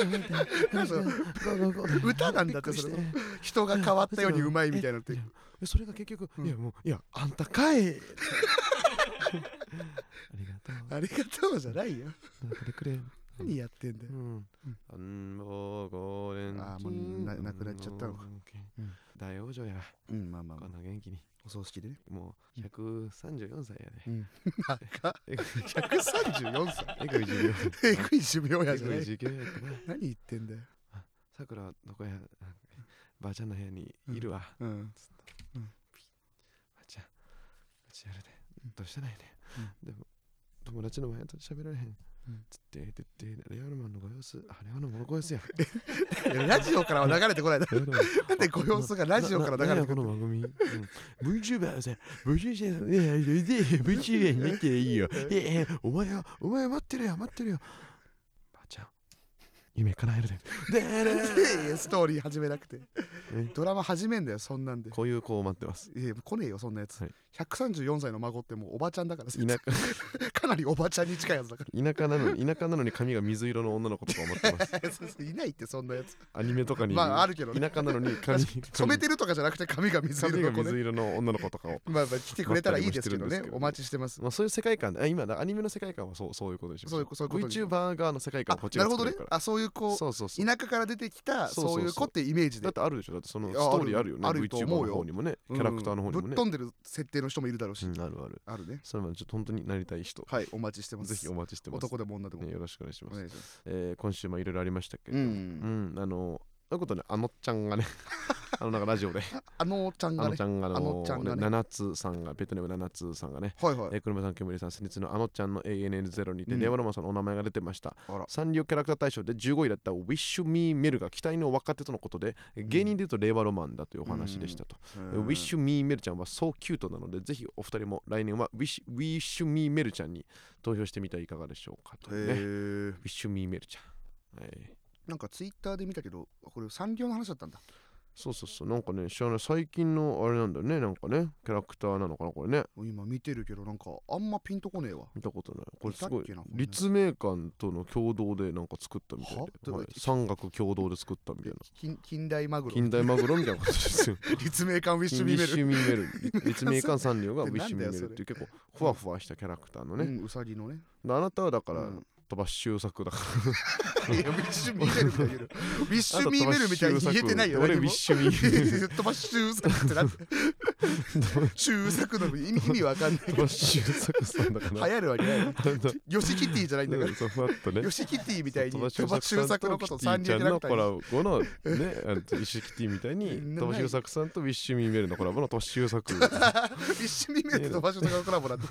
Speaker 1: や待って話がこうこうこう
Speaker 2: 歌なんだって
Speaker 1: びくり
Speaker 2: それ
Speaker 1: して
Speaker 2: 人が変わったようにうまいみたいなって
Speaker 1: いやそれが結局、
Speaker 2: うん
Speaker 1: いや、もう、いや、あんたかい。ありがとう。
Speaker 2: ありがとうじゃないよ
Speaker 1: なんかでくれ。
Speaker 2: 何やってんだよ
Speaker 1: うん。
Speaker 2: あーもうななくなっちゃったのかうん
Speaker 1: 大往生やわ。
Speaker 2: うんまあま
Speaker 1: こんな元気に。
Speaker 2: お葬式でね
Speaker 1: もう134歳やで。
Speaker 2: うん 長っ
Speaker 1: えぐい
Speaker 2: 134歳
Speaker 1: えぐい寿命。
Speaker 2: えぐい寿命や
Speaker 1: え
Speaker 2: じゃ
Speaker 1: ぐ
Speaker 2: ないい
Speaker 1: 寿命やったな。
Speaker 2: 何言ってんだよ
Speaker 1: さくらはどこやばあちゃんの部屋にいるわ。
Speaker 2: うん
Speaker 1: ばあちゃん、ばあちゃんやるで。どうしたないね。でも、友達の前だと喋られへん。
Speaker 2: うん
Speaker 1: つって、でって、レアルマンのご様子、あれはのご様子や。
Speaker 2: いやラジオからは流れてこ ないな
Speaker 1: レアルマン
Speaker 2: なんでご様子がラジオから流れて
Speaker 1: こ
Speaker 2: くる
Speaker 1: の番組。VTuber さ、VTuber さ、いやいや、VTuber に見ていいよ。いやいや、お前は、お前は待ってるよ、待ってるよ。ばあちゃん、夢叶えるで。でれ
Speaker 2: いやストーリー始めなくて
Speaker 1: え
Speaker 2: ドラマ始めんだよそんなんで
Speaker 1: こういう子を待ってます。
Speaker 2: いや来ねえよそんなやつ、
Speaker 1: はい
Speaker 2: 134歳の孫ってもうおばちゃんだからさ
Speaker 1: 田舎
Speaker 2: かなりおばちゃんに近いやつだか
Speaker 1: 田舎なのに田舎なのに髪が水色の女の子とか思って ます
Speaker 2: らそうそういないってそんなやつ
Speaker 1: アニメとかにいる、
Speaker 2: まああるけどね
Speaker 1: 田舎なのに 髪
Speaker 2: 染めてるとかじゃなくて髪が水色
Speaker 1: 髪
Speaker 2: の
Speaker 1: が
Speaker 2: 子
Speaker 1: 水
Speaker 2: ね
Speaker 1: 色の女の子とかを、
Speaker 2: まあまあ来てくれたらいいですけ
Speaker 1: ま
Speaker 2: ど
Speaker 1: った
Speaker 2: ね
Speaker 1: りもしてるんですけどね
Speaker 2: お待ちしてます
Speaker 1: まあ、そういう世界観であ今だアニメの世界観はそうそういうことでしょ
Speaker 2: そういうそういうことに
Speaker 1: VTuber 側の世界観
Speaker 2: あ
Speaker 1: はこっち
Speaker 2: な
Speaker 1: が
Speaker 2: るほど
Speaker 1: 作
Speaker 2: ね
Speaker 1: るから
Speaker 2: あそういう子
Speaker 1: そうそうそ
Speaker 2: 田
Speaker 1: う
Speaker 2: 舎から出てき
Speaker 1: そ
Speaker 2: た
Speaker 1: うそうそう
Speaker 2: そういう子ってイメージで
Speaker 1: だってあるでしょだってその
Speaker 2: い
Speaker 1: ス
Speaker 2: や
Speaker 1: トーリーあるよね
Speaker 2: あるあると
Speaker 1: VTuber
Speaker 2: 思うよ
Speaker 1: の方にもねキャラクターの方にも
Speaker 2: うんぶ
Speaker 1: ね
Speaker 2: っ、飛んでる設定の人もいるだろうし、
Speaker 1: うんあるある
Speaker 2: あるね
Speaker 1: それまでちょっと本当になりたい人
Speaker 2: はいお待ちしてます
Speaker 1: ぜひお待ちしてます、
Speaker 2: 男でも女でも、
Speaker 1: ね、よろしくお願いしま
Speaker 2: お
Speaker 1: す、
Speaker 2: 願いします
Speaker 1: えー今週もいろいろありましたけ
Speaker 2: う
Speaker 1: ど、
Speaker 2: ん、
Speaker 1: うんあのということであのちゃんが ねあのなんかラジオで
Speaker 2: あのちゃん
Speaker 1: あ
Speaker 2: が
Speaker 1: の
Speaker 2: ね
Speaker 1: ちゃんがあ
Speaker 2: あの
Speaker 1: の
Speaker 2: ちゃんがね
Speaker 1: 七つさんがベトナム七つさんがね、
Speaker 2: はいはい
Speaker 1: えー、車さん、煙さん、先日のあのちゃんの ANN0 にて、
Speaker 2: うん
Speaker 1: 令和ロマンさんのお名前が出てました。
Speaker 2: あら
Speaker 1: サンリオキャラクター大賞で15位だった Wish Me Mel が期待の若手とのことで、芸人でいうと令和ロマンだというお話でしたと。Wish Me Mel ちゃんはそうキュートなので、ぜひお二人も来年は Wish, Wish Me Mel ちゃんに投票してみてはいかがでしょうかと、
Speaker 2: へ
Speaker 1: ね。
Speaker 2: ー
Speaker 1: Wish Me Mel ちゃん。はい
Speaker 2: なんかツイッターで見たけどこれサンリオの話だったんだ
Speaker 1: そうそうそう、なんかね、知らない、最近のあれなんだよね、なんかね、キャラクターなのかな、これね。
Speaker 2: 今見てるけどなんかあんまピンとこねえわ
Speaker 1: 見たことない。これすごい
Speaker 2: 見たっけなこれ。ね
Speaker 1: 立命館との共同でなんか作ったみたい
Speaker 2: は
Speaker 1: で、
Speaker 2: どう
Speaker 1: は
Speaker 2: いう
Speaker 1: い
Speaker 2: こ、と
Speaker 1: 山岳共同で作ったみたいな。
Speaker 2: 近近代マグロ
Speaker 1: 近代マグロみたいなこと ですよ。
Speaker 2: 立命館ウィッ
Speaker 1: ウ
Speaker 2: シュビ
Speaker 1: ィ
Speaker 2: ー
Speaker 1: ッ
Speaker 2: ベ
Speaker 1: シ
Speaker 2: ル
Speaker 1: ュミメル。 立命館三流がウ
Speaker 2: って
Speaker 1: ィッ
Speaker 2: な
Speaker 1: シュ
Speaker 2: ん
Speaker 1: ミ
Speaker 2: だよ
Speaker 1: メルっていう結構ふわふわしたキャラクターのね。
Speaker 2: うんうさぎのね
Speaker 1: であなたはだか
Speaker 2: う
Speaker 1: ら
Speaker 2: ん
Speaker 1: 鳥羽周作だから。
Speaker 2: いやウィッシュミーベルみたいに言う ウィッシ
Speaker 1: あな
Speaker 2: ュ
Speaker 1: た
Speaker 2: ミーベルみたいに言えてないよ
Speaker 1: 鳥羽周作俺ウィッシュミメル。
Speaker 2: 何も 飛ばし中作ってなって中作の意味意味わかんない
Speaker 1: 鳥羽周作さんだか
Speaker 2: 流
Speaker 1: ら。
Speaker 2: 行るわけない
Speaker 1: あなた
Speaker 2: ヨシキティじゃないんだか
Speaker 1: うんそうふわっとね
Speaker 2: らヨ。シキティみたいに
Speaker 1: 鳥羽
Speaker 2: 飛
Speaker 1: 周
Speaker 2: ばし中
Speaker 1: 作さん
Speaker 2: 作の
Speaker 1: と
Speaker 2: こ
Speaker 1: キテ
Speaker 2: と
Speaker 1: ィ
Speaker 2: 三流
Speaker 1: ち
Speaker 2: キ
Speaker 1: ゃ
Speaker 2: ャ
Speaker 1: ん
Speaker 2: ラク
Speaker 1: の
Speaker 2: タ
Speaker 1: コ
Speaker 2: ー
Speaker 1: ラボ
Speaker 2: に
Speaker 1: のね、あの石キティみたいに
Speaker 2: うん
Speaker 1: 鳥羽周作さんとウィッシュミメルのコラボの鳥羽周 作。
Speaker 2: ウィッシュミーベルと飛ばし中作のコラボなんて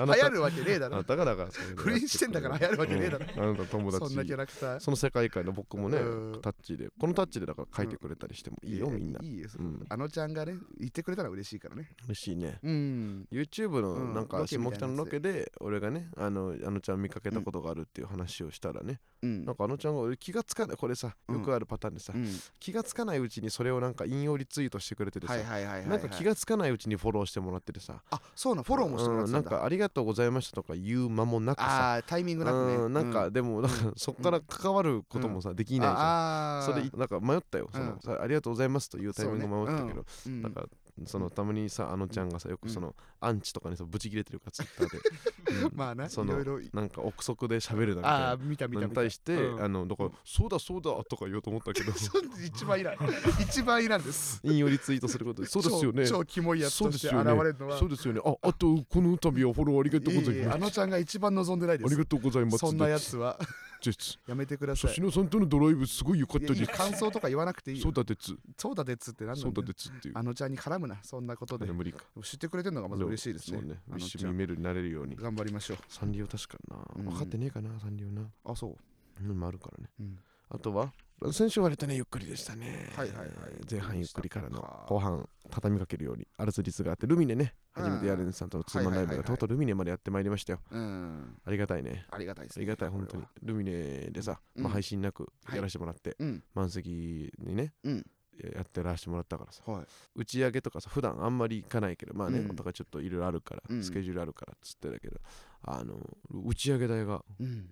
Speaker 1: あな
Speaker 2: 流
Speaker 1: た
Speaker 2: 行るわけねえだ
Speaker 1: あ
Speaker 2: ろ
Speaker 1: なたがだからそういうのやって
Speaker 2: 不倫してんだから流行るわけねえだろ
Speaker 1: うんあなた友
Speaker 2: そんなキ
Speaker 1: 達
Speaker 2: ャラクター
Speaker 1: その世界観の僕もね
Speaker 2: うん
Speaker 1: タッチでこのタッチでだから書いてくれたりしてもいいよ
Speaker 2: や
Speaker 1: みんない
Speaker 2: いよ、
Speaker 1: うん
Speaker 2: あのちゃんがね言ってくれたら嬉しいからね
Speaker 1: 嬉しいね
Speaker 2: うん
Speaker 1: YouTube
Speaker 2: う
Speaker 1: の
Speaker 2: ん
Speaker 1: なんか
Speaker 2: ロケみ
Speaker 1: 下
Speaker 2: たいな
Speaker 1: 北の
Speaker 2: やつ
Speaker 1: ロケで俺がねあのあのちゃん見かけたことがあるっていう話をしたらね
Speaker 2: うん
Speaker 1: なんかあのちゃんが俺気がつかないこれさ
Speaker 2: うん
Speaker 1: よくあるパターンでさ
Speaker 2: うん
Speaker 1: 気がつかないうちにそれをなんか引用リツイートしてくれててさ
Speaker 2: はいはいはいはいはい
Speaker 1: なんか気がつかないうちにフォローしてもらっててさ
Speaker 2: あそうなのフォローもしてもらっ
Speaker 1: う
Speaker 2: て
Speaker 1: んな
Speaker 2: た
Speaker 1: んん
Speaker 2: だ
Speaker 1: かありがとうございましたとか言う間もなくさ
Speaker 2: あータイミングなく
Speaker 1: う
Speaker 2: ね
Speaker 1: んなんか、
Speaker 2: う
Speaker 1: でもなんかそこから関わることもさ、できないじゃん
Speaker 2: ああ
Speaker 1: それなんか迷ったよ、そ
Speaker 2: うん
Speaker 1: のさありがとうございますというタイミング迷ったけど、
Speaker 2: うん
Speaker 1: なんかそのたまにさあのちゃんがさよくその、アンチとかにさブチ切れてるからツイッ ターで、うん
Speaker 2: まあない
Speaker 1: その
Speaker 2: ろいろ
Speaker 1: なんか憶測で喋るなみたい
Speaker 2: あ
Speaker 1: な
Speaker 2: あー見た見
Speaker 1: の
Speaker 2: た
Speaker 1: に
Speaker 2: 見た
Speaker 1: 対して、
Speaker 2: うん
Speaker 1: あのだから「そうだそうだ」とか言おうと思ったけど
Speaker 2: そう一番いらん一番いらんです
Speaker 1: 引用リツイートすることで「そうですよね」
Speaker 2: 超
Speaker 1: そ
Speaker 2: 超キモいやつとして現れるのは
Speaker 1: うですよねああとこの度はフォローありがとうござ
Speaker 2: い
Speaker 1: い
Speaker 2: えいえ
Speaker 1: ます
Speaker 2: あのちゃんが一番望んでないで
Speaker 1: あり
Speaker 2: す
Speaker 1: がとうございます
Speaker 2: そんなやつは
Speaker 1: です
Speaker 2: やめてくださ
Speaker 1: 粗品
Speaker 2: い
Speaker 1: さんとのドライブすごい良かっ
Speaker 2: い
Speaker 1: た
Speaker 2: やい
Speaker 1: で
Speaker 2: い感想とか言わなくていい
Speaker 1: す
Speaker 2: よ
Speaker 1: そうだでつ
Speaker 2: そうだでっつってなんな
Speaker 1: そうん
Speaker 2: だ
Speaker 1: だ
Speaker 2: よ
Speaker 1: でつっていう
Speaker 2: あのちゃんに絡むなそんなこと
Speaker 1: あ
Speaker 2: で
Speaker 1: れ無理か
Speaker 2: 知ってくれてるのがまず嬉しいです
Speaker 1: そう
Speaker 2: ね
Speaker 1: ねウ
Speaker 2: あ
Speaker 1: ィ
Speaker 2: の
Speaker 1: ッ
Speaker 2: ち
Speaker 1: シュ
Speaker 2: ゃん
Speaker 1: 見めるになれるように
Speaker 2: 頑張りましょ
Speaker 1: サンリオ確かにな、
Speaker 2: うん
Speaker 1: 分かってねえかなサンリオな
Speaker 2: うあそう
Speaker 1: うんもあるからね
Speaker 2: うん
Speaker 1: あとは先週割とねゆっくりでしたね
Speaker 2: はいはいはい
Speaker 1: 前半ゆっくりからの
Speaker 2: か
Speaker 1: 後半畳みかけるようにアルスリスがあってルミネね
Speaker 2: うん
Speaker 1: 初めてヤレンさんとのツーマンライブ
Speaker 2: はいはいはいは
Speaker 1: が
Speaker 2: い
Speaker 1: とうとうルミネまでやってまいりましたよ
Speaker 2: うん
Speaker 1: ありがたいね
Speaker 2: ありがたいです
Speaker 1: あ
Speaker 2: ね
Speaker 1: りがたい本当に
Speaker 2: こ
Speaker 1: ルミネでさ、
Speaker 2: うん
Speaker 1: まあ、配信なく
Speaker 2: はい
Speaker 1: やらせてもらって、
Speaker 2: れはうん
Speaker 1: 満席にね
Speaker 2: うん
Speaker 1: やってらせてもらったからさ
Speaker 2: はい
Speaker 1: 打ち上げとかさ普段あんまり行かないけどまあね、
Speaker 2: うん
Speaker 1: お互いちょっといろいろあるから、
Speaker 2: うん
Speaker 1: スケジュールあるからっつってだけどあの打ち上げ代が
Speaker 2: うん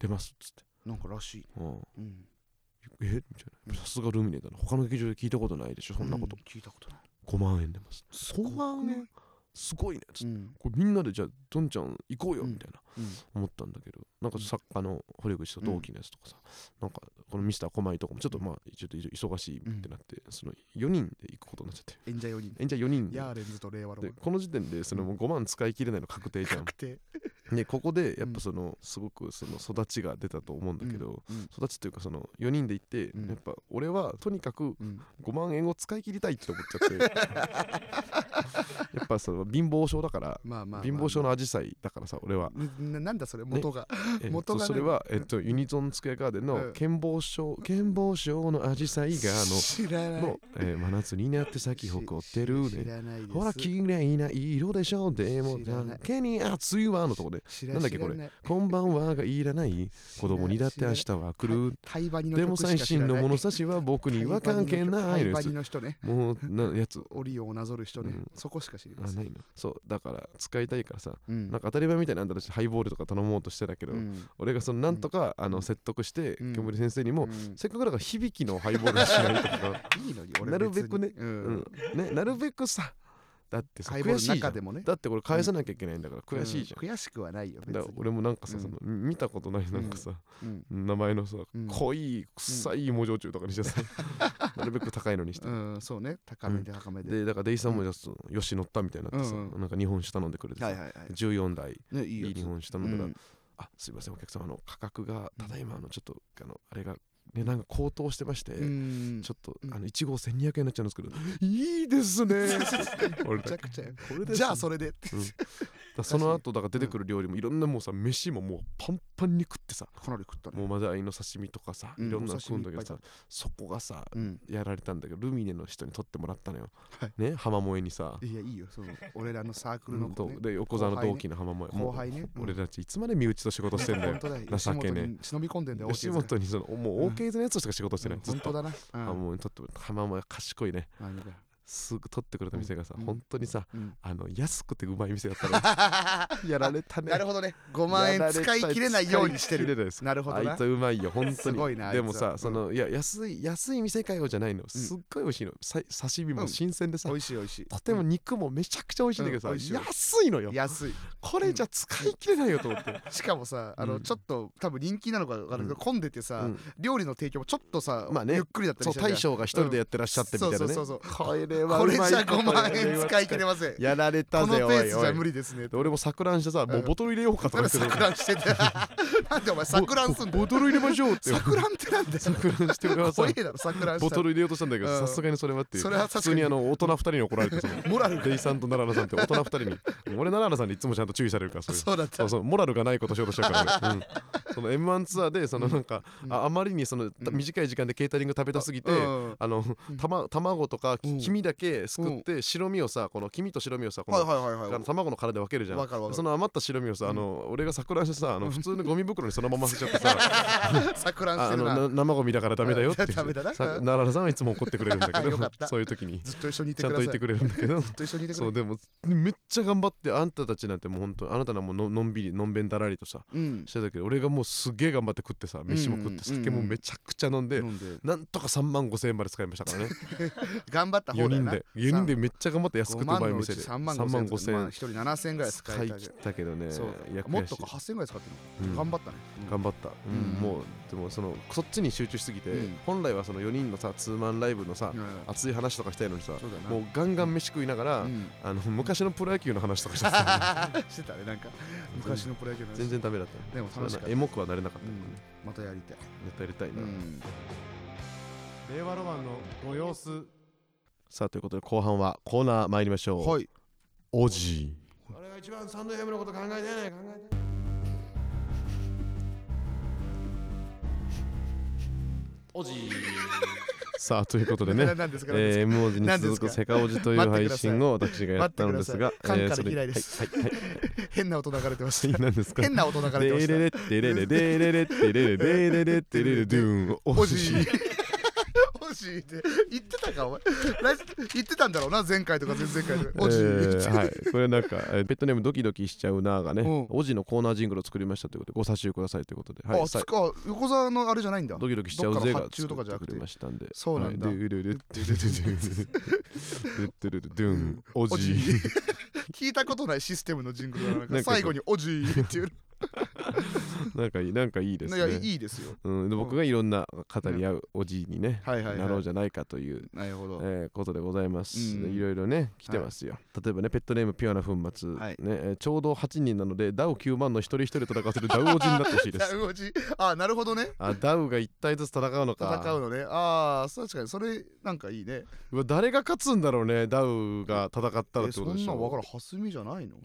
Speaker 1: 出ますっつって
Speaker 2: なんからしい
Speaker 1: うん
Speaker 2: うん
Speaker 1: えみたいなさすがルミネだな他の劇場で聞いたことないでしょそんなこと
Speaker 2: う、聞いたことない
Speaker 1: 5万円出ます5
Speaker 2: 万円
Speaker 1: すごいねつって
Speaker 2: ん
Speaker 1: これみんなでじゃあどんちゃん行こうよ
Speaker 2: うん
Speaker 1: みたいな
Speaker 2: うん
Speaker 1: 思ったんだけどなんか作家の堀口と同期のやつとかさなんかこのミスター狛江とかもちょっとまあちょっと忙しいってなってその4人で行くことになっちゃって
Speaker 2: 演者4人
Speaker 1: 演者4人で
Speaker 2: ヤーレンズと令和ロマ
Speaker 1: で
Speaker 2: ン
Speaker 1: この時点でそのもう5万使い切れないの確定じゃん
Speaker 2: 確定
Speaker 1: でここでやっぱそのすごくその育ちが出たと思うんだけど
Speaker 2: うん
Speaker 1: 育ちというかその4人で行って
Speaker 2: うん
Speaker 1: やっぱ俺はとにかく
Speaker 2: うん
Speaker 1: 5万円を使い切りたいって思っちゃって やっぱその貧乏症だから
Speaker 2: まあまあ
Speaker 1: 貧乏症のアジサイだからさ俺は
Speaker 2: なななんだそれ元が
Speaker 1: えっ
Speaker 2: 元
Speaker 1: と
Speaker 2: がね
Speaker 1: それはえっとユニゾンスクエアガーデン
Speaker 2: う
Speaker 1: の
Speaker 2: ん
Speaker 1: 健忘症健忘症のアジサイが
Speaker 2: 知らな
Speaker 1: あの
Speaker 2: い
Speaker 1: のえー真夏になって咲き誇ってる
Speaker 2: 知
Speaker 1: ね
Speaker 2: らないです
Speaker 1: ほら綺麗な色でしょでも
Speaker 2: 知らな
Speaker 1: だ
Speaker 2: い
Speaker 1: けに暑いわのと こで
Speaker 2: 知ら
Speaker 1: なんだっけこれ
Speaker 2: 知らない
Speaker 1: こんばんはがいらない子供にだって明日は来る
Speaker 2: 対バニの
Speaker 1: でも最新の物差しは僕には関係ないで
Speaker 2: で
Speaker 1: す
Speaker 2: バニ
Speaker 1: す
Speaker 2: の人ね
Speaker 1: もうなやつ
Speaker 2: オリオンをなぞる人ね、
Speaker 1: うん
Speaker 2: そこしか知りま
Speaker 1: あ
Speaker 2: せん、
Speaker 1: ないのそうだから使いたいからさ
Speaker 2: うん
Speaker 1: なんか当たり前みたいにあんたたちハイボールとか頼もうとしてたけど、
Speaker 2: うん
Speaker 1: 俺がそのなんとか、あの説得して
Speaker 2: うん
Speaker 1: 煙先生にも、
Speaker 2: うん
Speaker 1: せっかくだから響きのハイボールにしないとか、
Speaker 2: いいのに俺
Speaker 1: なるべくね
Speaker 2: 別にう
Speaker 1: うんんね、なるべくさだってさ
Speaker 2: ハイボー
Speaker 1: 悔
Speaker 2: ル
Speaker 1: しい
Speaker 2: の
Speaker 1: じゃん
Speaker 2: 中でもね
Speaker 1: だってこれ返さなきゃいけないんだから悔しいじゃん、
Speaker 2: うん悔しくはないよ別
Speaker 1: だから
Speaker 2: に
Speaker 1: 俺もなんかさ、
Speaker 2: うん
Speaker 1: その見たことないなんかさ、
Speaker 2: うん
Speaker 1: 名前のさ、
Speaker 2: うん
Speaker 1: 濃い臭い芋焼酎とかにしてさ、 なるべく高いのにして、
Speaker 2: うん、そうね高めで高めで、
Speaker 1: でだからデイさんもじゃあそのよし乗ったみたいになってさ、
Speaker 2: うんう
Speaker 1: なんか日本酒頼んでくれてさ、
Speaker 2: はいはいは
Speaker 1: 14台
Speaker 2: いねいい
Speaker 1: い
Speaker 2: よ
Speaker 1: い日本酒頼んだから、
Speaker 2: うん
Speaker 1: あすいませんお客様あの価格がただいまあのちょっとあのあれがねなんか高騰してまして、
Speaker 2: うん
Speaker 1: ちょっと
Speaker 2: うん
Speaker 1: あの1号1200円になっちゃうんですけど、いいですね 俺
Speaker 2: めちゃくちゃよ
Speaker 1: これです
Speaker 2: じゃあそれで
Speaker 1: うんだからその後だから出てくる料理もいろんなもうさ飯ももうパンパンに食ってさ
Speaker 2: かなり食ったね
Speaker 1: もうまだあいの刺身とかさ
Speaker 2: うん
Speaker 1: いろんなの
Speaker 2: お
Speaker 1: 食う
Speaker 2: 刺身
Speaker 1: んだけどさ、
Speaker 2: いっ
Speaker 1: そこがさ
Speaker 2: うん
Speaker 1: やられたんだけどルミネの人に取ってもらったのよ、
Speaker 2: はい
Speaker 1: ね浜萌えにさ、
Speaker 2: いやいいよその俺らのサークル
Speaker 1: う
Speaker 2: の
Speaker 1: ん
Speaker 2: 子、
Speaker 1: と
Speaker 2: ね、
Speaker 1: で横澤の同期の浜萌え、も
Speaker 2: 後
Speaker 1: う
Speaker 2: 輩ね、うん
Speaker 1: 俺たちいつまで身内と仕事してんだよ
Speaker 2: 本当だよ
Speaker 1: 情けねえ
Speaker 2: 吉本に忍び込んでんだよ
Speaker 1: 吉本にそのもう
Speaker 2: うん
Speaker 1: OK ズのやつとしか仕事してない、
Speaker 2: うん
Speaker 1: ずっ
Speaker 2: 本当
Speaker 1: と
Speaker 2: だなう
Speaker 1: 浜
Speaker 2: ん
Speaker 1: も取ってもらった浜も賢いね
Speaker 2: あいいか
Speaker 1: すぐ取ってくれた店がさ、
Speaker 2: うん
Speaker 1: 本当にさ
Speaker 2: うん
Speaker 1: あの安くてうまい店だ ったらやられたね
Speaker 2: なる
Speaker 1: ほ
Speaker 2: ほどね5万円使い切れないようにしてる
Speaker 1: です
Speaker 2: なるほど
Speaker 1: あ
Speaker 2: ない
Speaker 1: つはうまいよ本当
Speaker 2: す
Speaker 1: に
Speaker 2: ごいなあいつ
Speaker 1: で
Speaker 2: は
Speaker 1: も
Speaker 2: う
Speaker 1: さ
Speaker 2: ん
Speaker 1: そのいや安い安い店かよじゃないのすっごい美味しいのさ刺身
Speaker 2: う
Speaker 1: も
Speaker 2: ん
Speaker 1: 新鮮でさ、
Speaker 2: 美味しい美味しい
Speaker 1: とても
Speaker 2: うん
Speaker 1: 肉もめちゃくちゃ美味しいんだけどさ、
Speaker 2: うん美味しい
Speaker 1: 安いのよ
Speaker 2: 安い
Speaker 1: これじゃ使い切れないよと思って、
Speaker 2: しかもさあ
Speaker 1: う
Speaker 2: の
Speaker 1: ん
Speaker 2: ちょっと多分人気なのか分からんけど混んでて
Speaker 1: う
Speaker 2: さ
Speaker 1: ん
Speaker 2: 料理の提供もちょっとさ
Speaker 1: まあね
Speaker 2: ゆっくりだった
Speaker 1: そう大
Speaker 2: りしてるじゃん
Speaker 1: 将が一人でやってらっしゃってみたいなね、
Speaker 2: うんそうそうそう
Speaker 1: これは
Speaker 2: こ
Speaker 1: う
Speaker 2: れじ
Speaker 1: まい
Speaker 2: ゃ5万
Speaker 1: これ
Speaker 2: 円
Speaker 1: は
Speaker 2: 使い切れませんこ
Speaker 1: やられた
Speaker 2: のペ
Speaker 1: ぜおいおい
Speaker 2: ースじゃ無理ですね
Speaker 1: で俺も錯乱してさ、もうボトル入れようかと
Speaker 2: なん
Speaker 1: 思
Speaker 2: で
Speaker 1: ってた
Speaker 2: 錯乱してて なんでお前錯乱すんだ
Speaker 1: ボ
Speaker 2: よ
Speaker 1: ボトル入れましょうって
Speaker 2: 錯乱ってなんだ よ
Speaker 1: 錯乱して俺はさ
Speaker 2: 怖えだろ錯乱
Speaker 1: ボ
Speaker 2: し
Speaker 1: ト
Speaker 2: たら
Speaker 1: ル入れようとしたんだけど
Speaker 2: うん
Speaker 1: さすがにそれはっていう
Speaker 2: それは
Speaker 1: 普
Speaker 2: 確か
Speaker 1: 通
Speaker 2: に
Speaker 1: にあの大人2人に怒られてその
Speaker 2: モラルが
Speaker 1: デイさんと奈良さんって大人2人にもう俺奈良さんにいつもちゃんと注意されるからそれ
Speaker 2: そうだっ
Speaker 1: そ
Speaker 2: た
Speaker 1: うそうモラルがないことしようとしたから、ねうん、その M1 ツアーでそのなんか、
Speaker 2: うん
Speaker 1: ああまりにその、
Speaker 2: ん
Speaker 1: 短い時間でケータリング食べたすぎて、
Speaker 2: うん
Speaker 1: あの、たま卵とかき
Speaker 2: うん
Speaker 1: 黄身だけすくって白身をさこの黄身と白身をさこの
Speaker 2: はいはい
Speaker 1: あの卵の殻で分けるじゃん
Speaker 2: わかるわか
Speaker 1: そ
Speaker 2: る
Speaker 1: の余った白身をさ、あの俺が錯乱してさあの普通のゴミ袋にそのまま捨てちゃってさ
Speaker 2: 錯乱し
Speaker 1: あ
Speaker 2: て
Speaker 1: あ
Speaker 2: る
Speaker 1: の
Speaker 2: な
Speaker 1: な生ゴミだからダメだよって
Speaker 2: ダメだな
Speaker 1: さ奈良さんはいつも怒ってくれるんだけど
Speaker 2: よかった
Speaker 1: そういう時に
Speaker 2: ずっと一緒にいて
Speaker 1: ちゃ
Speaker 2: く
Speaker 1: んと
Speaker 2: ださい
Speaker 1: 言ってくれるんだけど
Speaker 2: ずっと一緒にいてく
Speaker 1: そ
Speaker 2: れ
Speaker 1: うでもめっちゃ頑張ってあんたたちなんてもう本当あなたらもうののんびりのんべんだらりとさ
Speaker 2: うん
Speaker 1: してたけど俺がもうすげえ頑張って食ってさ飯も食って
Speaker 2: うんうんうん
Speaker 1: 酒もめちゃくちゃ飲んで、
Speaker 2: 飲んで
Speaker 1: なんとか3万5千円まで使いました からね
Speaker 2: 頑張った
Speaker 1: 4
Speaker 2: 方だ
Speaker 1: 人
Speaker 2: よな
Speaker 1: で4人でめっちゃ頑張って安くてうまい店で
Speaker 2: 3万5
Speaker 1: 5
Speaker 2: 千
Speaker 1: 千
Speaker 2: 円
Speaker 1: 円
Speaker 2: 1人7千円ぐらい使
Speaker 1: 使
Speaker 2: え
Speaker 1: い
Speaker 2: た
Speaker 1: 切
Speaker 2: け
Speaker 1: っ
Speaker 2: ど
Speaker 1: たけどね
Speaker 2: そう
Speaker 1: いや
Speaker 2: もっ
Speaker 1: 悔し
Speaker 2: と
Speaker 1: い
Speaker 2: か8千円ぐらい使ってる
Speaker 1: うん
Speaker 2: の頑張ったね
Speaker 1: 頑張った、うん
Speaker 2: うん
Speaker 1: もうでもそのそっちに集中しすぎて、
Speaker 2: うん
Speaker 1: 本来はその4人のさツーマンライブのさ、
Speaker 2: うん
Speaker 1: 熱い話とかしたいのにさ
Speaker 2: そうだな
Speaker 1: もうガンガン飯食いながら、
Speaker 2: うん
Speaker 1: あの昔のプロ野球の話とか してた
Speaker 2: してたねなんか昔のプロ野球の話
Speaker 1: 全然ダメだった
Speaker 2: でも楽しかった
Speaker 1: エモくはなれなかった、
Speaker 2: う
Speaker 1: ね
Speaker 2: んまたやりた
Speaker 1: や
Speaker 2: い
Speaker 1: っぱやりたいな、
Speaker 2: うん
Speaker 1: 令和ロマンのご様子さあということで後半はコーナー参りましょう、
Speaker 2: はい
Speaker 1: おじ俺が一番サンド M のこと考えてない考えておじさあということでね
Speaker 2: ななんですか
Speaker 1: えー、M 王子に
Speaker 2: 何です
Speaker 1: 続
Speaker 2: か
Speaker 1: くセカオジという配信を私がやったのですが、え
Speaker 2: 待ってくださ
Speaker 1: ー
Speaker 2: い
Speaker 1: それ
Speaker 2: 缶から嫌いです
Speaker 1: はいはい
Speaker 2: 変な音流れてま し
Speaker 1: はい
Speaker 2: た
Speaker 1: 何ですか
Speaker 2: 変な音流れてま
Speaker 1: デ
Speaker 2: し
Speaker 1: ー
Speaker 2: た
Speaker 1: レレッテレレデーレレッテレレデーレレッテレレドゥーンお
Speaker 2: おじ
Speaker 1: じ
Speaker 2: い。おじいって言ってたかお前。ラジ言ってたんだろうな前回とか前々回とか。おじい言って
Speaker 1: えーはい、これなんか、えーペットネームドキドキしちゃうなーがね、
Speaker 2: うん
Speaker 1: おじのコーナージングルを作りましたということで、ご差し入れくださいということで、はい、
Speaker 2: あ
Speaker 1: さ
Speaker 2: つか横沢のあれじゃないんだ。
Speaker 1: ドキドキしちゃうぜが
Speaker 2: どっかの発注とかじゃな
Speaker 1: 作って
Speaker 2: くて
Speaker 1: くれましたんで、
Speaker 2: そうなんだ
Speaker 1: はい、ドゥルルドゥルルドゥルルドゥルルドゥン、お
Speaker 2: おじ
Speaker 1: じ
Speaker 2: い
Speaker 1: い。。
Speaker 2: 聞いたことないシステムのジングルだなな
Speaker 1: な
Speaker 2: んか
Speaker 1: んか
Speaker 2: 最後におじいっていう。
Speaker 1: なんかいい、なんかいいです
Speaker 2: いや
Speaker 1: ね。
Speaker 2: いい ですよ。
Speaker 1: うん、で僕がいろんな方に合うおじいにね、
Speaker 2: はいはいはい
Speaker 1: なろうじゃないかという、
Speaker 2: なるほど。
Speaker 1: えーことでございます、
Speaker 2: うん
Speaker 1: いろいろね来てますよ、例えばねペットネームピュアな粉末、
Speaker 2: はい
Speaker 1: ねえーちょうど8人なのでダウ9万の一人一人戦わせるダウ王子になってほしいで
Speaker 2: ダ
Speaker 1: す
Speaker 2: ウおじい。あなるほどね。
Speaker 1: あダウが1体ずつ戦うのか
Speaker 2: 戦うのね。ああ確かにそれなんかいいね。
Speaker 1: うわ誰が勝つんだろうねダウが戦ったらっ
Speaker 2: え
Speaker 1: て
Speaker 2: そ
Speaker 1: ことで
Speaker 2: ん
Speaker 1: し
Speaker 2: なん分か
Speaker 1: ょ
Speaker 2: らん。ハスミじゃないの。こ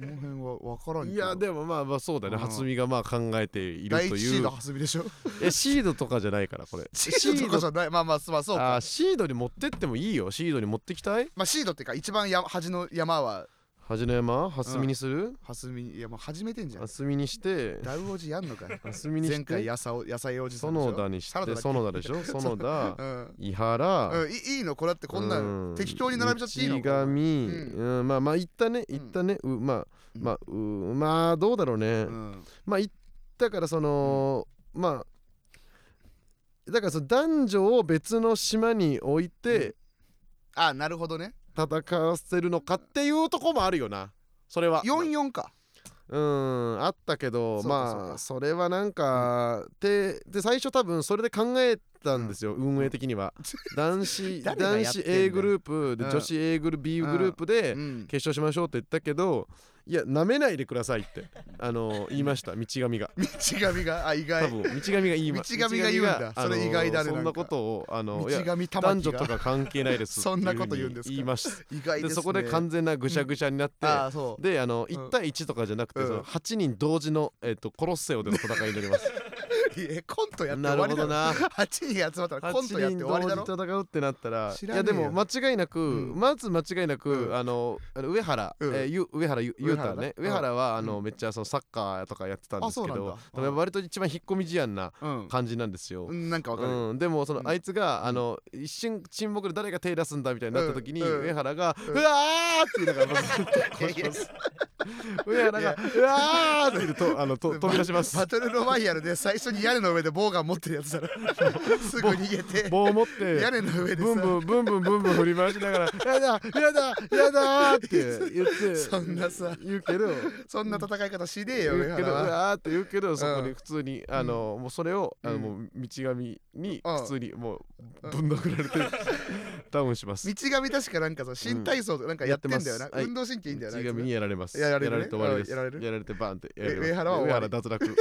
Speaker 2: の辺は分からんけど。
Speaker 1: いやでもまあまあそうだね
Speaker 2: うん
Speaker 1: 初見がまあ考えてい
Speaker 2: 第
Speaker 1: ると
Speaker 2: 一シ
Speaker 1: い
Speaker 2: ー
Speaker 1: う
Speaker 2: ドハスミ でしょ。
Speaker 1: えシードとかじゃないからこれ
Speaker 2: シードとかじゃない。まあまあまあそうか。
Speaker 1: あーシードに持ってってもいいよシードに持ってきたい
Speaker 2: まあ、シードっていうか一番や端の山は
Speaker 1: 端の山蓮見にする
Speaker 2: 蓮見いやもう始めてんじゃん
Speaker 1: 蓮見にして
Speaker 2: ダウおじやん のか
Speaker 1: 蓮見にして
Speaker 2: 前回野菜お野菜おじさんでしょ
Speaker 1: 園田にし
Speaker 2: サラダ
Speaker 1: て
Speaker 2: だっけ
Speaker 1: 園田でし ょ園田
Speaker 2: うん、
Speaker 1: 伊原
Speaker 2: うん、いいいのこれだってこん
Speaker 1: う
Speaker 2: なん適当に並べちゃっていいの
Speaker 1: 市神、
Speaker 2: う
Speaker 1: うん、まあまあ言ったね
Speaker 2: うん
Speaker 1: 言ったね、うまあ
Speaker 2: うん
Speaker 1: まあうまあどうだろうね、
Speaker 2: うん
Speaker 1: まあ言ったからその、まあだからその男女を別の島に置いて
Speaker 2: あなるほどね
Speaker 1: 戦わせるのかっていうとこもあるよなそれは
Speaker 2: 44か
Speaker 1: うんあったけど
Speaker 2: そうかそう
Speaker 1: まあ
Speaker 2: か
Speaker 1: それはなんか、でで最初多分それで考えたんですよ、運営的に は男子
Speaker 2: 誰が
Speaker 1: 男
Speaker 2: やって
Speaker 1: 子
Speaker 2: んだよ
Speaker 1: A グループで、
Speaker 2: うん
Speaker 1: 女子 A グループ B グループで、
Speaker 2: うん
Speaker 1: 決勝しましょうって言ったけどいやなめないでくださいってあの言いました道上が
Speaker 2: 道神があ意
Speaker 1: 多
Speaker 2: 外
Speaker 1: 分
Speaker 2: 道
Speaker 1: 道上が言いま
Speaker 2: 道上が言うんだ
Speaker 1: 道上が
Speaker 2: それ意外だね
Speaker 1: あのそんな
Speaker 2: な
Speaker 1: ん
Speaker 2: か
Speaker 1: ことをあのいや
Speaker 2: 神玉
Speaker 1: 男
Speaker 2: 木
Speaker 1: 女と
Speaker 2: が
Speaker 1: か関係ないですっていう
Speaker 2: そんなこと言うんです
Speaker 1: ふう
Speaker 2: か
Speaker 1: に言いました
Speaker 2: 意外
Speaker 1: で
Speaker 2: です、ね、
Speaker 1: そこで完全なぐしゃぐしゃになって、
Speaker 2: あそう
Speaker 1: であの
Speaker 2: うん
Speaker 1: 1対1とかじゃなくて、
Speaker 2: うん
Speaker 1: その8人同時の、えっとコロッセオでの戦いになります
Speaker 2: えコント やって
Speaker 1: なるほ
Speaker 2: 終わりだ
Speaker 1: ど
Speaker 2: ろ
Speaker 1: な
Speaker 2: 8人集まったらコントやっ
Speaker 1: 8
Speaker 2: て
Speaker 1: 人
Speaker 2: 終
Speaker 1: 同
Speaker 2: わりだ
Speaker 1: 時
Speaker 2: ろ
Speaker 1: 戦うってなったら
Speaker 2: 知
Speaker 1: い
Speaker 2: らねえ
Speaker 1: や
Speaker 2: よ
Speaker 1: でも間違いなく、
Speaker 2: うん
Speaker 1: まず間違いなく、
Speaker 2: うん
Speaker 1: あのあの上原、
Speaker 2: うん
Speaker 1: えーゆ上原ゆゆうたね上
Speaker 2: 上原だ
Speaker 1: 原は、
Speaker 2: うん
Speaker 1: あのめっちゃそのサッカーとかやってたんですけ
Speaker 2: あそうなん
Speaker 1: ど
Speaker 2: だ
Speaker 1: でも割と一番引っ込み思案な
Speaker 2: うん
Speaker 1: 感じなんですよ、
Speaker 2: うんなんかわかる、
Speaker 1: うん、でもその
Speaker 2: うん
Speaker 1: あいつがあの一瞬沈黙で誰が手出すんだみたいになった時に
Speaker 2: うんうん
Speaker 1: 上原が「
Speaker 2: う
Speaker 1: うんわー!」って言いながらまずずっとこうします上原
Speaker 2: い
Speaker 1: が
Speaker 2: や
Speaker 1: 「うわー!」って言うとあのと飛び出します
Speaker 2: バトルロワイヤルで最初に屋根の上でボウガン持ってるやつだろ すぐ逃げて
Speaker 1: 棒を持って
Speaker 2: 屋根の上で
Speaker 1: ブン
Speaker 2: さ
Speaker 1: ブンブンブンブンブン振り回しながら 「やだやだやだ!」って言って
Speaker 2: そんなさ
Speaker 1: 言うけど
Speaker 2: そんな戦い方しねえよ
Speaker 1: 言
Speaker 2: 上
Speaker 1: うけど「
Speaker 2: 原
Speaker 1: う
Speaker 2: は
Speaker 1: わー!」って言うけどそこに普通にあのもうそれをあ
Speaker 2: う
Speaker 1: の
Speaker 2: ん
Speaker 1: もう道上に
Speaker 2: うん
Speaker 1: 普通にもうぶん殴られ てダウンします
Speaker 2: 道。上確かなんかさ新体操とかなんかやってんだよ
Speaker 1: うん
Speaker 2: な、
Speaker 1: やってますはい
Speaker 2: 運動神経いいんだよな、あい
Speaker 1: 内
Speaker 2: つ
Speaker 1: 髪
Speaker 2: な
Speaker 1: にやられます。
Speaker 2: やられるね
Speaker 1: た終わりです
Speaker 2: あやられる
Speaker 1: てバンってやら
Speaker 2: え
Speaker 1: れます
Speaker 2: 上原は終わり
Speaker 1: 上脱落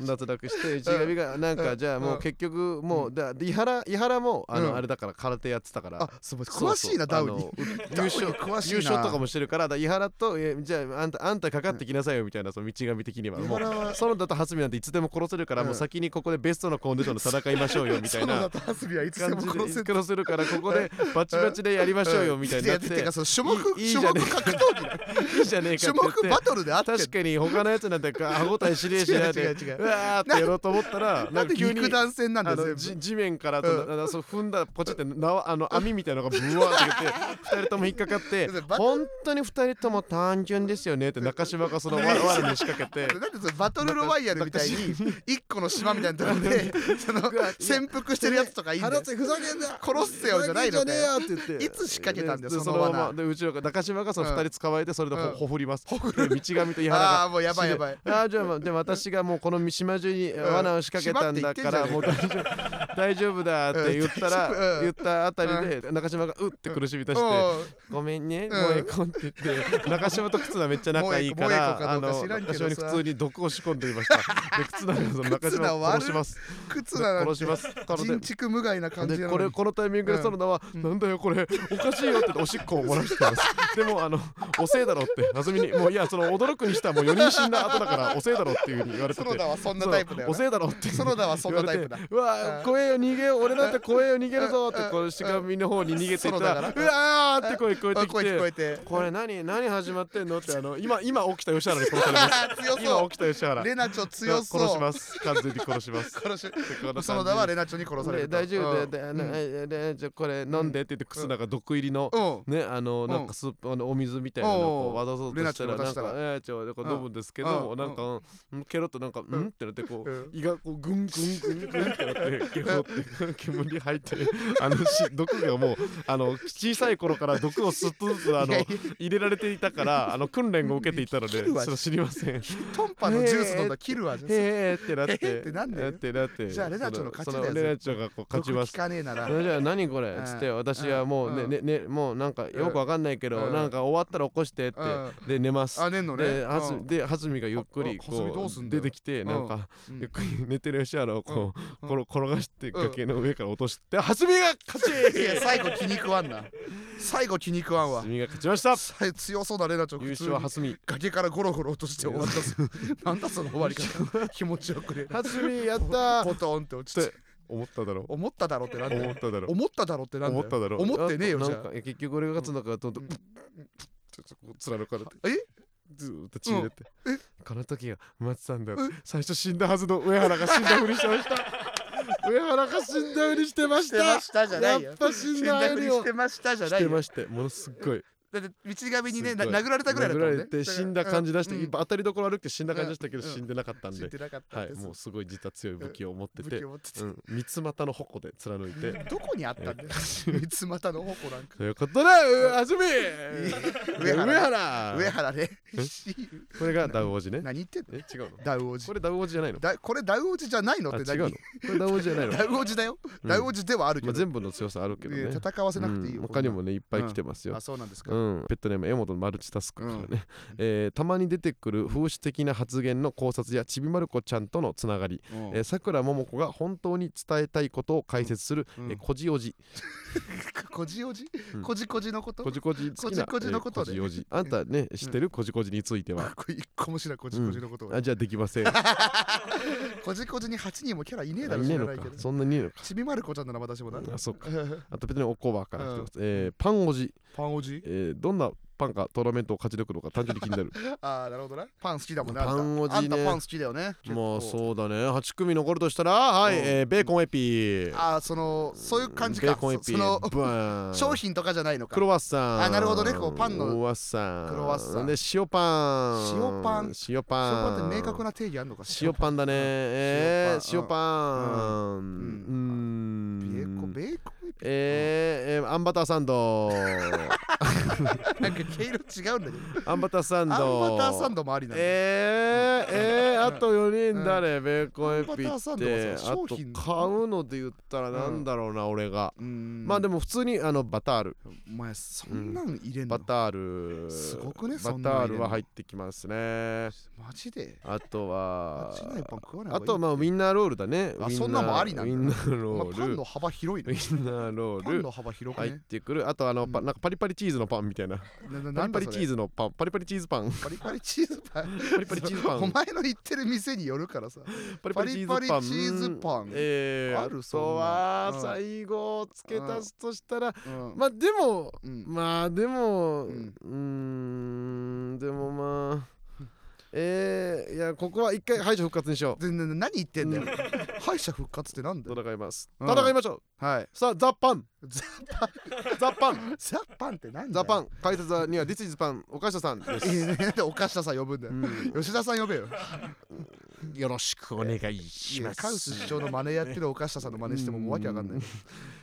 Speaker 1: 脱落して内上がなん
Speaker 2: う
Speaker 1: か
Speaker 2: ん
Speaker 1: じゃあもう結局もうだ伊原伊原もあ
Speaker 2: うん
Speaker 1: のあれだから空手やってたから
Speaker 2: あすごい詳しいなダウニー
Speaker 1: ー優
Speaker 2: ダウニー
Speaker 1: 勝
Speaker 2: 詳しいな
Speaker 1: 優勝とかもしてるからだから伊原とえじゃああんたあんたかかってきなさいよみたいなその道神的には
Speaker 2: 伊
Speaker 1: も
Speaker 2: 原は
Speaker 1: うそのだと初見なんていつでも殺せるから
Speaker 2: うん
Speaker 1: もう先にここでベストのコンディションで戦いましょうよみたい
Speaker 2: 園
Speaker 1: な
Speaker 2: 田と蓮見はいつで
Speaker 1: 感
Speaker 2: も
Speaker 1: じ
Speaker 2: 殺せ
Speaker 1: で殺せるからここでバチバチでやりましょうよみたいになっ
Speaker 2: やて
Speaker 1: て
Speaker 2: かその種 目
Speaker 1: いいいいじ
Speaker 2: 種
Speaker 1: ゃねえ
Speaker 2: 目格闘技だ
Speaker 1: いいじゃねえかって
Speaker 2: 種
Speaker 1: 言って
Speaker 2: 目バトルであってんの
Speaker 1: 確かに他のやつなんて か歯応えしねえしなって
Speaker 2: 違う違う違う
Speaker 1: うわーってやろうと思ったら
Speaker 2: な
Speaker 1: なんん
Speaker 2: で
Speaker 1: か急に
Speaker 2: 肉弾戦なんだ
Speaker 1: あ
Speaker 2: よ
Speaker 1: の
Speaker 2: 全
Speaker 1: じ地面からと、
Speaker 2: うん
Speaker 1: あのそう踏んだらポチって縄あの網みたいなのがブワー って言って二人とも引っかかって
Speaker 2: だってバト
Speaker 1: 本当に二人とも単純ですよねって中島がそのわ わらに仕掛けて
Speaker 2: 部。なんでそのバトルロワイヤルみたいに一個の島みたいなところ でその潜伏してるやつとかいいんだよ
Speaker 1: 腹つけふざけんな
Speaker 2: 殺せよじゃないの
Speaker 1: ふざけんじゃねえ
Speaker 2: ね
Speaker 1: よって言って
Speaker 2: いつ仕掛けたんだよ
Speaker 1: で
Speaker 2: その罠
Speaker 1: ままでうちの中島がその二人捕まえてそれで
Speaker 2: うん
Speaker 1: ほほふりますで道神と伊原が
Speaker 2: ああーもうやばいやばい
Speaker 1: あーじゃあまあで私がもうこの島中に
Speaker 2: ん
Speaker 1: 罠を仕掛けたんだから
Speaker 2: 島
Speaker 1: も
Speaker 2: っ
Speaker 1: う大丈夫 大丈夫だって言った
Speaker 2: うん大 丈夫う
Speaker 1: ら
Speaker 2: ん
Speaker 1: 言ったあたりで中島がうって苦しみ出して
Speaker 2: おう
Speaker 1: 「ごめんね
Speaker 2: ん
Speaker 1: 萌え子」って言って中島と靴はめっちゃ仲いいか
Speaker 2: 萌え子
Speaker 1: ら
Speaker 2: か
Speaker 1: あ
Speaker 2: どうか
Speaker 1: の
Speaker 2: 知らんけど
Speaker 1: 中島
Speaker 2: さ
Speaker 1: に普通に毒を仕込んでいましたで靴ながその中
Speaker 2: 忽那
Speaker 1: 島を
Speaker 2: 悪い
Speaker 1: 殺します
Speaker 2: 靴な
Speaker 1: 殺
Speaker 2: の
Speaker 1: しますこれ
Speaker 2: 人
Speaker 1: で
Speaker 2: 畜無害な感じ
Speaker 1: で
Speaker 2: な
Speaker 1: こ
Speaker 2: の
Speaker 1: れ
Speaker 2: に
Speaker 1: このタイミングで
Speaker 2: うん
Speaker 1: その名は、なんだよこれおかしいよって言っておしっこを漏らしてます でもあのおせえだろってなずみにもういやその驚くにしたらもう4人死んだ後だからおせえだろっていうふうに言われてて
Speaker 2: 園田はそんなタイプだよ
Speaker 1: そうおせえだろって
Speaker 2: 園田はそんなタイプだ
Speaker 1: 言われてうわ
Speaker 2: うん
Speaker 1: ー怖えよ逃げよう俺だって怖えよ逃げるぞっ
Speaker 2: う
Speaker 1: て
Speaker 2: ん
Speaker 1: この下見の方に逃げていったらう
Speaker 2: 園田
Speaker 1: わーって声聞こえて
Speaker 2: 声聞こえ
Speaker 1: きて
Speaker 2: て
Speaker 1: これ何何始まってんのってあ の今今起きた吉原に殺されま
Speaker 2: 強
Speaker 1: す
Speaker 2: そう
Speaker 1: 今起きた吉原
Speaker 2: レナチョ強そう
Speaker 1: 殺します完全に殺し ます
Speaker 2: 殺し
Speaker 1: でこんな感じで
Speaker 2: 園田はレナチョに殺され
Speaker 1: で
Speaker 2: ると
Speaker 1: 大丈夫だよ
Speaker 2: うん
Speaker 1: であのえでじゃあこれ飲んでって言って靴なんか毒入りの
Speaker 2: うん
Speaker 1: ねあの
Speaker 2: ん
Speaker 1: なんかスープあのお水みたいなのをこう
Speaker 2: おう
Speaker 1: 渡そうとしたら
Speaker 2: レナチョに渡
Speaker 1: な
Speaker 2: し
Speaker 1: ん
Speaker 2: た
Speaker 1: から「ええちょこう飲むんですけ
Speaker 2: う
Speaker 1: ど
Speaker 2: ん
Speaker 1: なんかうんケロッとなんか「うん?」ってなってこ
Speaker 2: うん
Speaker 1: う胃がこうグングングングンってなってゲホって煙に入ってあのし毒がもうあの小さい頃から毒をずっとずつあ
Speaker 2: い
Speaker 1: の
Speaker 2: やいや
Speaker 1: 入れられていたからあの訓練を受けていたので
Speaker 2: 切るわ
Speaker 1: それ知りません。
Speaker 2: トンパのジュース飲んだら切るわじゃん
Speaker 1: へえってなって
Speaker 2: へーってなんだよ
Speaker 1: ってなって
Speaker 2: じゃあレナチョの勝ちだよ
Speaker 1: そのレナチョがこう勝ちます
Speaker 2: 毒効かねえなら
Speaker 1: それじゃあ何これっつって
Speaker 2: うん
Speaker 1: 私はもうね,、
Speaker 2: うん
Speaker 1: ねねもうなんかよくわかんないけど、
Speaker 2: うん
Speaker 1: なんか終わったら起こしてって、
Speaker 2: うん
Speaker 1: で寝ます。
Speaker 2: あねんのね
Speaker 1: ではず
Speaker 2: うん
Speaker 1: で蓮見がゆっくり
Speaker 2: あ蓮見どう
Speaker 1: こ
Speaker 2: すん
Speaker 1: う
Speaker 2: だよ
Speaker 1: 出てきて
Speaker 2: ん
Speaker 1: なんか、
Speaker 2: うん
Speaker 1: ゆっくり 寝てる吉原をこう、
Speaker 2: うん
Speaker 1: 転転がして崖の上から落として蓮見が勝ち
Speaker 2: い や最後気に食わんな最後気に食わんわ
Speaker 1: 蓮見が勝ちました
Speaker 2: さ強そうだレナチョ
Speaker 1: 優
Speaker 2: 普通
Speaker 1: 勝
Speaker 2: に
Speaker 1: は蓮見
Speaker 2: 崖からゴロゴロ落として終わった ぞなんだその終わり方気持ちよく ね
Speaker 1: 蓮見やったー
Speaker 2: ポトンって落ち
Speaker 1: って
Speaker 2: て
Speaker 1: 思っただろう
Speaker 2: 思っただろってなんだ
Speaker 1: 思
Speaker 2: よ
Speaker 1: っただろう
Speaker 2: 思っただろってなんだよ
Speaker 1: 思っただろう
Speaker 2: 思ってねえよ
Speaker 1: な
Speaker 2: じ
Speaker 1: ん
Speaker 2: ゃ
Speaker 1: かいや結局俺が勝つのかと思ってプッてこう貫かれて
Speaker 2: あえ
Speaker 1: ずーっと血入れて、
Speaker 2: うんえ
Speaker 1: この時は待ってたんだよ最初死んだはずの上原が死んだふりしてました 上原が死んだふりしてました
Speaker 2: してましたじゃないよ
Speaker 1: やっぱ死
Speaker 2: 死
Speaker 1: ん
Speaker 2: ん
Speaker 1: だ
Speaker 2: だ
Speaker 1: ふ
Speaker 2: ふり
Speaker 1: りを
Speaker 2: してましたじゃ
Speaker 1: し
Speaker 2: ない
Speaker 1: て
Speaker 2: よ
Speaker 1: ましてものすっごい
Speaker 2: だって道神にね
Speaker 1: す
Speaker 2: な
Speaker 1: ごい
Speaker 2: 殴られたぐらいだ
Speaker 1: 殴
Speaker 2: ったも
Speaker 1: ら
Speaker 2: んね
Speaker 1: れて死んだ感じ出して、
Speaker 2: うん
Speaker 1: 当たりどころ悪くて死んだ感じでしたけど、
Speaker 2: うん
Speaker 1: 死んでなかったん
Speaker 2: 死ん
Speaker 1: で、
Speaker 2: でなかった
Speaker 1: は
Speaker 2: ん
Speaker 1: い
Speaker 2: です
Speaker 1: もうすごい実は強い武器を持って
Speaker 2: 武
Speaker 1: て、
Speaker 2: 器を持ってて
Speaker 1: うん、三つ股の矛で貫いて
Speaker 2: どこにあったんだよ 三つ股の矛なんか
Speaker 1: ということで、あずみ上
Speaker 2: 上原
Speaker 1: 原
Speaker 2: 上原ね
Speaker 1: えこれがダウ王子ね。
Speaker 2: 何言ってんの
Speaker 1: え、違うの
Speaker 2: ダウ王子
Speaker 1: これダウ王子じゃないの
Speaker 2: だこれダウ王子じゃないの
Speaker 1: あ、
Speaker 2: っ
Speaker 1: 違
Speaker 2: て
Speaker 1: うの
Speaker 2: 何
Speaker 1: これダウ王子じゃないの
Speaker 2: ダウ王子だよ
Speaker 1: うん
Speaker 2: ダウ王子ではあるけ
Speaker 1: まあ
Speaker 2: ど
Speaker 1: 全部の強さあるけど
Speaker 2: いや
Speaker 1: ね。
Speaker 2: 戦わせなくていいよ、
Speaker 1: うん他にもね、いっぱい来てます
Speaker 2: こんな
Speaker 1: よ
Speaker 2: あ。そうなんですか、
Speaker 1: うん、ペットネーム、エモトのマルチタスクからね、 えーたまに出てくる風刺的な発言の考察やちびまる子ちゃんとのつながり、
Speaker 2: うん
Speaker 1: えー、さくらももこが本当に伝えたいことを解説する、
Speaker 2: うん
Speaker 1: えーこじおじ
Speaker 2: こじおじ
Speaker 1: うん
Speaker 2: こじこじのこと
Speaker 1: こじこじ好きな
Speaker 2: こじこじのことで
Speaker 1: えーこじおじあんたね知ってるこじこじについては、
Speaker 2: これ一個も知らんこじこじのことを
Speaker 1: あじゃあできません
Speaker 2: こじこじに8人もキャラいねえだ
Speaker 1: あ
Speaker 2: ろ
Speaker 1: い
Speaker 2: 知
Speaker 1: ねえ
Speaker 2: ら
Speaker 1: の
Speaker 2: ないけ
Speaker 1: か
Speaker 2: ど
Speaker 1: そんなにいねえのか
Speaker 2: ちびまる子ちゃんなら私もな
Speaker 1: あそうかあと別におこばから来てます、えーパンおじ、
Speaker 2: パンおじ
Speaker 1: えーどんなパンがトーナメントを勝ち抜くのか単純に気になる
Speaker 2: ああなるほどなパン好きだもんね
Speaker 1: パンおじね
Speaker 2: あんたあんたパン好きだよね結構
Speaker 1: まあそうだね8組残るとしたらはい、
Speaker 2: うん
Speaker 1: えーベーコンエピー
Speaker 2: ああそのそういう感じ
Speaker 1: ベ
Speaker 2: か
Speaker 1: ーコンエ
Speaker 2: そ
Speaker 1: ピ
Speaker 2: その
Speaker 1: ブーン
Speaker 2: 商品とかじゃないのか
Speaker 1: クロワッサン
Speaker 2: あなるほどねこうパンの
Speaker 1: クロワッサン
Speaker 2: クロワッサン
Speaker 1: で塩パン
Speaker 2: 塩パン
Speaker 1: 塩パン
Speaker 2: そこって明確な定義あるのか
Speaker 1: 塩パンだねえー
Speaker 2: 塩
Speaker 1: 塩
Speaker 2: パ
Speaker 1: パンう
Speaker 2: う
Speaker 1: ん
Speaker 2: んベーコンベーコンエ
Speaker 1: えーえーアンバターサン ド
Speaker 2: なんか毛色違うんだけど
Speaker 1: アンバターサンド
Speaker 2: アンバターサンドもありなんだ
Speaker 1: えー、えー、あと4人誰、ベーコンエ
Speaker 2: アンバターサンド
Speaker 1: ピって
Speaker 2: は
Speaker 1: あ
Speaker 2: さ商
Speaker 1: と
Speaker 2: 品
Speaker 1: 買うので言ったらなんだろうな、俺が
Speaker 2: うん
Speaker 1: まあでも普通にあのバタール
Speaker 2: お前そんなん入れんの、
Speaker 1: バタール
Speaker 2: すごくね
Speaker 1: バ
Speaker 2: そんな
Speaker 1: タ
Speaker 2: の
Speaker 1: ー
Speaker 2: 入れんの
Speaker 1: ルは入ってきますね
Speaker 2: マジで
Speaker 1: あと
Speaker 2: あ
Speaker 1: は
Speaker 2: っちないパン食わない
Speaker 1: あとはまあウ
Speaker 2: み
Speaker 1: ィンナーロールだねウィンナ
Speaker 2: あ
Speaker 1: ー
Speaker 2: そんなもありなんだ
Speaker 1: ウィンナーロール、
Speaker 2: パンの幅広い
Speaker 1: ウ
Speaker 2: ね
Speaker 1: ィンナーロ
Speaker 2: パ
Speaker 1: ー
Speaker 2: ン
Speaker 1: ル
Speaker 2: の幅広く
Speaker 1: 入っ
Speaker 2: ね、
Speaker 1: てくるあとあの、パ
Speaker 2: う
Speaker 1: なんかパリパリチーズのパンみたいな
Speaker 2: なな
Speaker 1: パリ
Speaker 2: なん
Speaker 1: パ
Speaker 2: だ
Speaker 1: リ
Speaker 2: それ
Speaker 1: チーズのパンパリパリチーズパン
Speaker 2: パリパリチーズパン
Speaker 1: パリパリチーズパン
Speaker 2: お前の言ってる店によるからさ
Speaker 1: パリ
Speaker 2: パ
Speaker 1: パ
Speaker 2: リ
Speaker 1: リチ
Speaker 2: パ
Speaker 1: ー
Speaker 2: リ
Speaker 1: ズ
Speaker 2: チ
Speaker 1: パン
Speaker 2: ーズパン、
Speaker 1: えー、
Speaker 2: あ
Speaker 1: あ
Speaker 2: るそんな
Speaker 1: とは
Speaker 2: うん
Speaker 1: 最後を付け足すとしたら、
Speaker 2: うん
Speaker 1: まあでも
Speaker 2: うん
Speaker 1: まあでも
Speaker 2: う
Speaker 1: うんーんでもまあえー、いやここは一回敗者復活にしよう
Speaker 2: でなな何言ってんだよ敗者復活ってなんだよ
Speaker 1: 戦います、
Speaker 2: うん
Speaker 1: 戦いましょう
Speaker 2: はい
Speaker 1: さあザ・パン
Speaker 2: ザ
Speaker 1: ザ・パン
Speaker 2: ザパンって何だ
Speaker 1: ザ・
Speaker 2: よ
Speaker 1: パン解説はには This is パン岡下さんです、
Speaker 2: えなん でお菓子田さん呼ぶんだ
Speaker 1: うん
Speaker 2: よ吉田さん呼べよ
Speaker 1: よろしくお願いし
Speaker 2: いやカウス市長の真似やってるお菓子田さんの真似してももうわけわかんない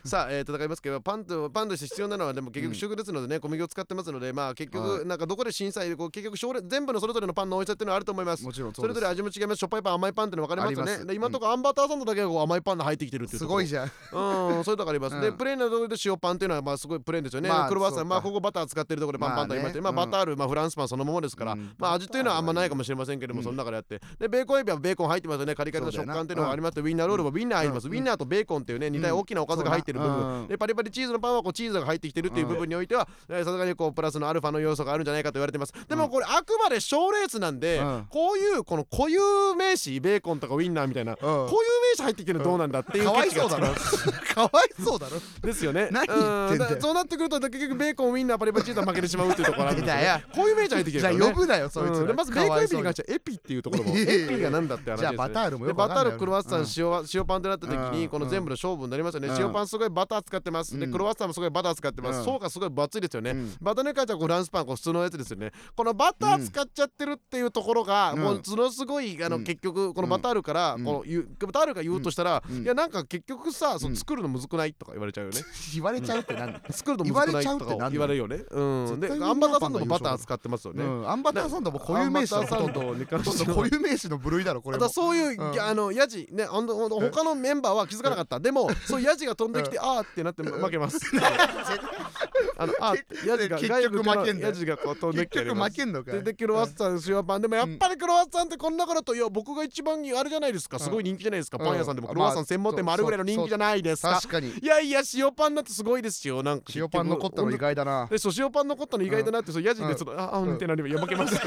Speaker 1: さあ、えー戦いますけどパンとパンとして必要なのはでも結
Speaker 2: うん
Speaker 1: 局主食ですのでね、小麦を使ってますのでまあ結
Speaker 2: は
Speaker 1: 局なんかどこで審査入れこう結局それ全部のそれぞれのパンの美味しさっていうのはあると思います
Speaker 2: もちろん
Speaker 1: それぞれ
Speaker 2: で
Speaker 1: 味
Speaker 2: す
Speaker 1: も違いますしょっぱいパン甘いパンっての分かれますよ
Speaker 2: ありま
Speaker 1: ね
Speaker 2: す
Speaker 1: で今のところアンバターサンドだけがこう甘いパンが入ってきてるっていう
Speaker 2: す
Speaker 1: とこ
Speaker 2: ご
Speaker 1: ろ
Speaker 2: いじゃん
Speaker 1: うん、そういうとこあります。
Speaker 2: う
Speaker 1: で、
Speaker 2: ん
Speaker 1: プレーンなところで塩パンっていうのは、まあ、すごいプレーンですよね。
Speaker 2: まあ
Speaker 1: クロワッ
Speaker 2: そ
Speaker 1: サ
Speaker 2: うか
Speaker 1: ン、まあ、ここバター使ってるところでパンパンとありまして、
Speaker 2: ま
Speaker 1: ま
Speaker 2: あ
Speaker 1: あ、
Speaker 2: ね
Speaker 1: バターある、まあ、フランスパンそのままですから、
Speaker 2: うん
Speaker 1: まあ、味というのはあんまないか
Speaker 2: も
Speaker 1: もしれませんけども、
Speaker 2: うん
Speaker 1: その中であって。で、ベーコンエビはベーコン入ってますよね。カリカリの
Speaker 2: そ
Speaker 1: 食
Speaker 2: うだよな
Speaker 1: 感っていうのがありまして、ウィンナーロールはウィンナー入ります。
Speaker 2: う
Speaker 1: ウ
Speaker 2: ん
Speaker 1: ィンナーとベーコンっていうね、二大大きなおかずが入ってる部
Speaker 2: そうだなう
Speaker 1: 分
Speaker 2: ん。
Speaker 1: で、パリパリチーズのパンはこうチーズが入ってきてるっていう部分においては、えーさすがにこう、プラスのアルファの要素があるんじゃないかと言われてます。でも、これ、あくまで賞レースなんで
Speaker 2: うん、
Speaker 1: こういう、この固有名詞、ベーコンとかウィンナーみたいな、こ
Speaker 2: うん
Speaker 1: ういう名詞入ってきてるのどうなんだっていう
Speaker 2: かわい
Speaker 1: ケチ
Speaker 2: そ
Speaker 1: が
Speaker 2: う
Speaker 1: つき
Speaker 2: だ
Speaker 1: ます
Speaker 2: ろかわいそうだろ
Speaker 1: ですよ ね。
Speaker 2: 何言ってんだよ
Speaker 1: うそうなってくると結局ベーコンウィンナーパリパリチーズは負けてしまうって いうところあるんですよ、
Speaker 2: 出た
Speaker 1: ね
Speaker 2: よ。
Speaker 1: こういう名じゃ入ってきてる
Speaker 2: じゃ
Speaker 1: か
Speaker 2: あ
Speaker 1: ら、ね。
Speaker 2: 呼ぶなよそい
Speaker 1: うん
Speaker 2: つ
Speaker 1: で
Speaker 2: ら
Speaker 1: まずベ
Speaker 2: か
Speaker 1: ーコ
Speaker 2: わ
Speaker 1: ンエ
Speaker 2: い
Speaker 1: ビ
Speaker 2: そう
Speaker 1: に関
Speaker 2: に
Speaker 1: してはエピっていうところも
Speaker 2: いやいや い
Speaker 1: エ
Speaker 2: や
Speaker 1: ピがなんだって話
Speaker 2: じゃあ
Speaker 1: ですよ
Speaker 2: バ
Speaker 1: ね
Speaker 2: タールも
Speaker 1: で
Speaker 2: よく
Speaker 1: バ
Speaker 2: わ
Speaker 1: タ
Speaker 2: か
Speaker 1: ー
Speaker 2: んない
Speaker 1: ルクロワッサン塩は塩パンってなった時
Speaker 2: うん
Speaker 1: にこの全部の勝負になりますよね、
Speaker 2: うん
Speaker 1: 塩パンすごいバター使ってますで
Speaker 2: うん
Speaker 1: クロワッサンもすごいバター使ってます、
Speaker 2: うん
Speaker 1: そうかすごい分厚いですよね、
Speaker 2: うん
Speaker 1: バターネカちゃんフランスパンこう普通のやつですよねこのバター使っちゃってるっていうところが、
Speaker 2: うん
Speaker 1: もうものすごいあの、
Speaker 2: うん
Speaker 1: 結局このバタールから、
Speaker 2: うん
Speaker 1: この言うバタールが言うとしたら、
Speaker 2: うん
Speaker 1: いやなんか結局さそううん作るのむずくないとか言われちゃ うよね
Speaker 2: 言われちゃうってなんだ
Speaker 1: 作るの難しくないと
Speaker 2: 言われちゃうってなんな
Speaker 1: か
Speaker 2: の
Speaker 1: 言われるよね。うん、で
Speaker 2: 絶対に
Speaker 1: アンバターサンドもバター使ってますよね。
Speaker 2: うんアンバターサンドも固有名詞だ
Speaker 1: ア
Speaker 2: ろ
Speaker 1: ンバターサンドに関
Speaker 2: ほ
Speaker 1: し
Speaker 2: とん
Speaker 1: て
Speaker 2: ど
Speaker 1: は
Speaker 2: 固有名詞の部類だろこれ
Speaker 1: あ
Speaker 2: も
Speaker 1: とそういう、
Speaker 2: うん
Speaker 1: ぎゃあのヤジねあのほんと他のメンバーは気づかなかったでもそうヤジが飛んできてあーってなって負けます あのあーってヤジが
Speaker 2: 結
Speaker 1: 外
Speaker 2: 局
Speaker 1: 部から
Speaker 2: 負けんだよ
Speaker 1: ヤジがこう飛んで
Speaker 2: 結
Speaker 1: きてやり
Speaker 2: 局
Speaker 1: ま
Speaker 2: 負
Speaker 1: す
Speaker 2: けんのか
Speaker 1: ででクロワッサン塩パンでもやっぱりクロワッサンってこの中だといや僕が一番あれじゃないですかすごい人気じゃないですか
Speaker 2: うん
Speaker 1: パン屋さんでも
Speaker 2: うん
Speaker 1: クロワッサン専門店もあるぐらいの人気じゃないですか
Speaker 2: 確かに
Speaker 1: いやいや塩パンだってすごいですよなんか結
Speaker 2: 塩
Speaker 1: 局
Speaker 2: パン残ったの意外だな
Speaker 1: でそう塩パン残ったの意外だなって、そうヤジでちょっと、ああうんってなりまいや負けます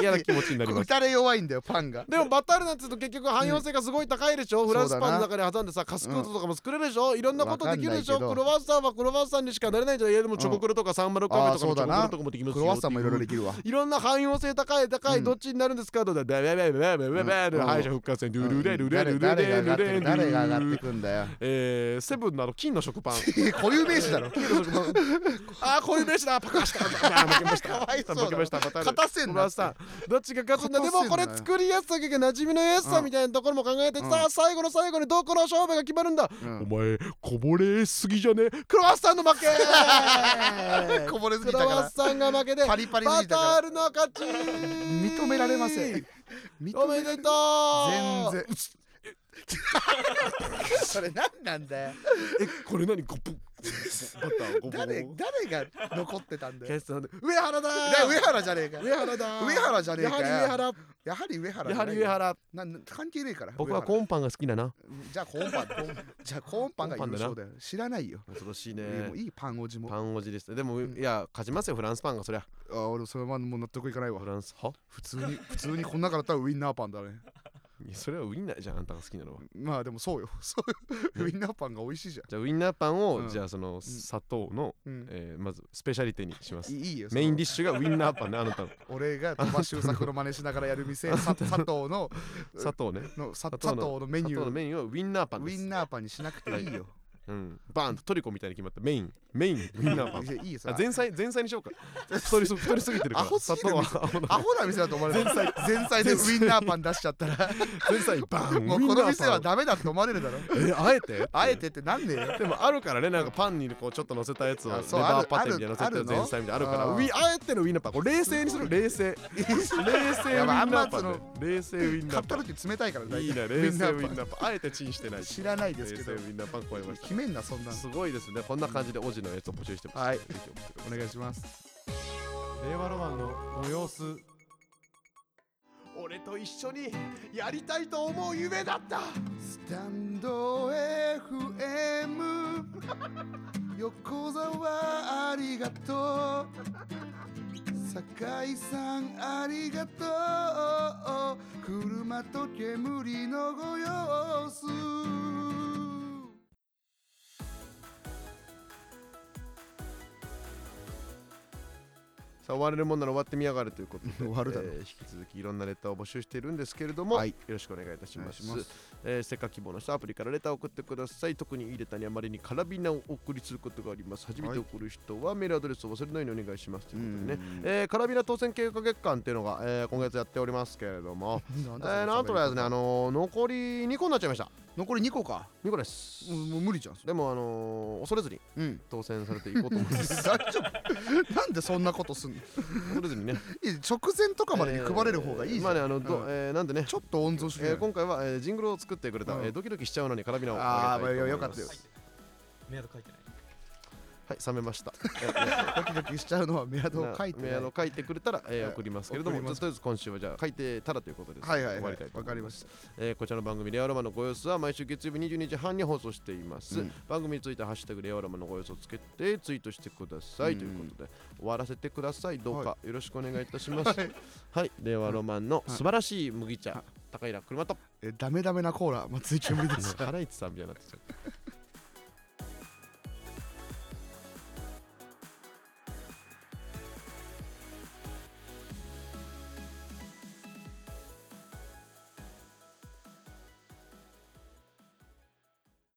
Speaker 1: 嫌な気持ちになりま
Speaker 2: 打
Speaker 1: す
Speaker 2: たれ弱いんだよパンが
Speaker 1: でもバタールなんてうと結局汎用性がすごい高いでしょ、フランスパンの
Speaker 2: そ
Speaker 1: 中で挟んでさカスクートとかも作れるでしょ、いろんなことできるでし
Speaker 2: わ
Speaker 1: ょ
Speaker 2: かん
Speaker 1: ク
Speaker 2: ないけど
Speaker 1: ロワッサンはクロワッサンにしかなれないじゃんいやでもチョコクロとかサンマルカフェとか
Speaker 2: あーそう
Speaker 1: のチ
Speaker 2: だ
Speaker 1: ョコ
Speaker 2: な
Speaker 1: クロとかもできます
Speaker 2: ク
Speaker 1: よ
Speaker 2: ロワッサンもいろいろで
Speaker 1: き
Speaker 2: きるわ
Speaker 1: いろんな汎用性高い高い、
Speaker 2: うん
Speaker 1: どっちになるんですかとだだだだだだだだ
Speaker 2: うん
Speaker 1: だ敗者復活戦ドゥルレルレ
Speaker 2: 誰
Speaker 1: ルレル
Speaker 2: 誰が
Speaker 1: レル
Speaker 2: 上がっ
Speaker 1: レ
Speaker 2: てく
Speaker 1: ル
Speaker 2: 誰が上がってくんだよ
Speaker 1: えーセブンのあの金の食パン
Speaker 2: 固有名詞だろ
Speaker 1: ああこういう名詞だパカしたあー負けました
Speaker 2: かわいそうだろ
Speaker 1: 負けましたバタール
Speaker 2: 勝たせん
Speaker 1: 小
Speaker 2: な
Speaker 1: 林さんどっちが勝つんだでも
Speaker 2: 勝た
Speaker 1: こ
Speaker 2: せ
Speaker 1: れ
Speaker 2: んなよ
Speaker 1: 作りやすさが馴染みのやすさみたいなところも考えて
Speaker 2: うん
Speaker 1: さあ最後の最後にどこの勝負が決まるんだ
Speaker 2: うん
Speaker 1: お前こぼれすぎじゃねクロワッサンの負 け
Speaker 2: こぼれすぎ
Speaker 1: ク
Speaker 2: た
Speaker 1: ロ
Speaker 2: か
Speaker 1: ワ
Speaker 2: ら
Speaker 1: ッサンが負けで
Speaker 2: パリパリす
Speaker 1: バ
Speaker 2: ぎ
Speaker 1: タ
Speaker 2: たか
Speaker 1: ールの勝ち
Speaker 2: ら認められません
Speaker 1: お
Speaker 2: 認め
Speaker 1: めでとう
Speaker 2: 全然 それ何なんだよ
Speaker 1: えこれ何ゴプバターゴプ
Speaker 2: 誰誰が残ってたんだよ
Speaker 1: ケスさんで上原だ
Speaker 2: だ上原じゃねえか
Speaker 1: 上原だ
Speaker 2: 上原じゃねえかよ
Speaker 1: やはり上原や
Speaker 2: やはり上原じゃ
Speaker 1: は
Speaker 2: な
Speaker 1: り
Speaker 2: い
Speaker 1: 上原
Speaker 2: なな関係ねえから
Speaker 1: 僕は
Speaker 2: 上
Speaker 1: コーンパンが好きだな
Speaker 2: 原じゃあコーンパンコー ンじゃあコーンパンが優勝だよ知らないよ
Speaker 1: 恐ろしい
Speaker 2: いやもういいパンおじも
Speaker 1: パンおじでしたでもいや勝ちますよフランスパンがそりゃ
Speaker 2: あー俺それはもう納得いかないわ
Speaker 1: フランスは
Speaker 2: 普通 に普通にこん中だったらウインナーパンだね
Speaker 1: いやそれはウインナーじゃんあんたが好きなのは
Speaker 2: まあでもそうよそうウインナーパンが美味しいじゃ
Speaker 1: じゃあウインナーパンを、
Speaker 2: うん
Speaker 1: じゃあその砂糖の、
Speaker 2: ん、うん、
Speaker 1: えーまずスペシャリティにします
Speaker 2: いいいよ
Speaker 1: メインデ
Speaker 2: ィ
Speaker 1: ィッシュがウインナーパンねあなたの
Speaker 2: 俺が鳥羽周作の真似しながらやる店 さ佐藤の
Speaker 1: 砂糖ね
Speaker 2: のさ
Speaker 1: 佐
Speaker 2: 佐
Speaker 1: 藤の
Speaker 2: 藤のメ
Speaker 1: 砂
Speaker 2: ニ
Speaker 1: 糖の
Speaker 2: ュー
Speaker 1: メインはウインナーパン
Speaker 2: ウ
Speaker 1: で
Speaker 2: イ
Speaker 1: す
Speaker 2: ンナーパンにしなくていいよ
Speaker 1: うん、バーンとトリコみたいに決まったメインメインみんなは
Speaker 2: いやいいよそ
Speaker 1: あ
Speaker 2: れ
Speaker 1: 前菜前菜にしようか太 りす太りすぎてるから
Speaker 2: アホすぎる
Speaker 1: 砂糖は青の
Speaker 2: アホな店だと思われる前菜でウインナーパン出しちゃったら
Speaker 1: 前菜バン
Speaker 2: もう
Speaker 1: ウインナーパ
Speaker 2: この
Speaker 1: ン
Speaker 2: 店はダメだって思われるだろ
Speaker 1: えあえて
Speaker 2: あえてってなんでよ
Speaker 1: でもあるからねなんかパンにこうちょっと乗せたやつをレ
Speaker 2: あそう
Speaker 1: バ
Speaker 2: あ
Speaker 1: ー
Speaker 2: る
Speaker 1: パテみたいなの乗せた
Speaker 2: あるあるの
Speaker 1: 前菜みたいなのあるから
Speaker 2: あー
Speaker 1: ウィあえてのウィンナーパンこれ冷静にする冷静冷静ウィンナーパンね冷静ウィンナ
Speaker 2: 買
Speaker 1: ー
Speaker 2: った
Speaker 1: パ
Speaker 2: 時冷たいから
Speaker 1: ン
Speaker 2: 大
Speaker 1: いいな
Speaker 2: 体
Speaker 1: 冷静ウ
Speaker 2: ウイ
Speaker 1: ィン
Speaker 2: ン
Speaker 1: ナーパンあえてチンして ない
Speaker 2: 知らないです
Speaker 1: 冷
Speaker 2: け
Speaker 1: 静
Speaker 2: ど
Speaker 1: ウィンナーパン超えまし
Speaker 2: 決めんなそんな
Speaker 1: た
Speaker 2: の
Speaker 1: すごいですねこんな感じでおじのやつを募集してます
Speaker 2: はい
Speaker 1: ぜひ送ってください
Speaker 2: お願いします
Speaker 1: 令和ロマンのご様子俺と一緒にやりたいと思う夢だった
Speaker 2: スタンド FM 横澤ありがとう酒井さんありがとう車と煙のご様子
Speaker 1: さあ終われるもんなら 終わってみやがるということで
Speaker 2: 終わるだろ
Speaker 1: え
Speaker 2: う
Speaker 1: ー引き続きいろんなレターを募集しているんですけれども、
Speaker 2: はい
Speaker 1: よろしくお願いいたします
Speaker 2: お願いしま
Speaker 1: えーせっかく希望の人はアプリからレターを送ってください特にいいレターにあまりにカラビナをお送りすることがあります初めて送る人はメールアドレスを忘れないようにお願いしますということでね
Speaker 2: うん
Speaker 1: えーカラビナ当選経過月間っていうのが、えー今月やっておりますけれども、
Speaker 2: な
Speaker 1: えーなんとりあえずね、あのー残り2個になっちゃいました
Speaker 2: 残り2個か
Speaker 1: 2個です、
Speaker 2: もうもう無理じゃんそれ
Speaker 1: でもあのー恐れずに
Speaker 2: うん
Speaker 1: 当選されていこうと思い ます
Speaker 2: 大丈夫なんでそんなことすんの
Speaker 1: 恐れずにね
Speaker 2: いや直前とかまでに配れる方がいいじゃん、
Speaker 1: まあねあの、ど
Speaker 2: うん
Speaker 1: えーなんでね
Speaker 2: ちょっと温存し
Speaker 1: え
Speaker 2: て
Speaker 1: ー今回は、えージングルを作ってくれた、
Speaker 2: うん
Speaker 1: えードキドキしちゃうのにカラビナをあ
Speaker 2: ああ
Speaker 1: げたいと思います
Speaker 2: よかったよ
Speaker 3: メアド書いてない
Speaker 1: はい冷めま した
Speaker 2: ドキドキしちゃうのはメアドを書いてない
Speaker 1: メアドを書いてくれたら、えー
Speaker 2: はい
Speaker 1: 送りますけれども
Speaker 2: 送ります
Speaker 1: とりあえず今週はじゃあ書いてたらということです、
Speaker 2: はいはい、
Speaker 1: 終
Speaker 2: は
Speaker 1: わ
Speaker 2: い
Speaker 1: りたい、と
Speaker 2: わ
Speaker 1: 思
Speaker 2: か
Speaker 1: い
Speaker 2: り
Speaker 1: ま
Speaker 2: ますした。
Speaker 1: えーこちらの番組レアロマンのご様子は毎週月曜日22時半に放送しています、
Speaker 2: うん
Speaker 1: 番組についてはハッシュタグレアロマンのご様子をつけてツイートしてください、
Speaker 2: うん
Speaker 1: ということで終わらせてくださいどうかよろしくお願いいたします
Speaker 2: はい
Speaker 1: はい、令和ロマンの素晴らしい麦茶、
Speaker 2: はい
Speaker 1: 高平車と
Speaker 2: えダメダメなコーラ松井煙です。
Speaker 1: ハライチさんみたいになってきちゃった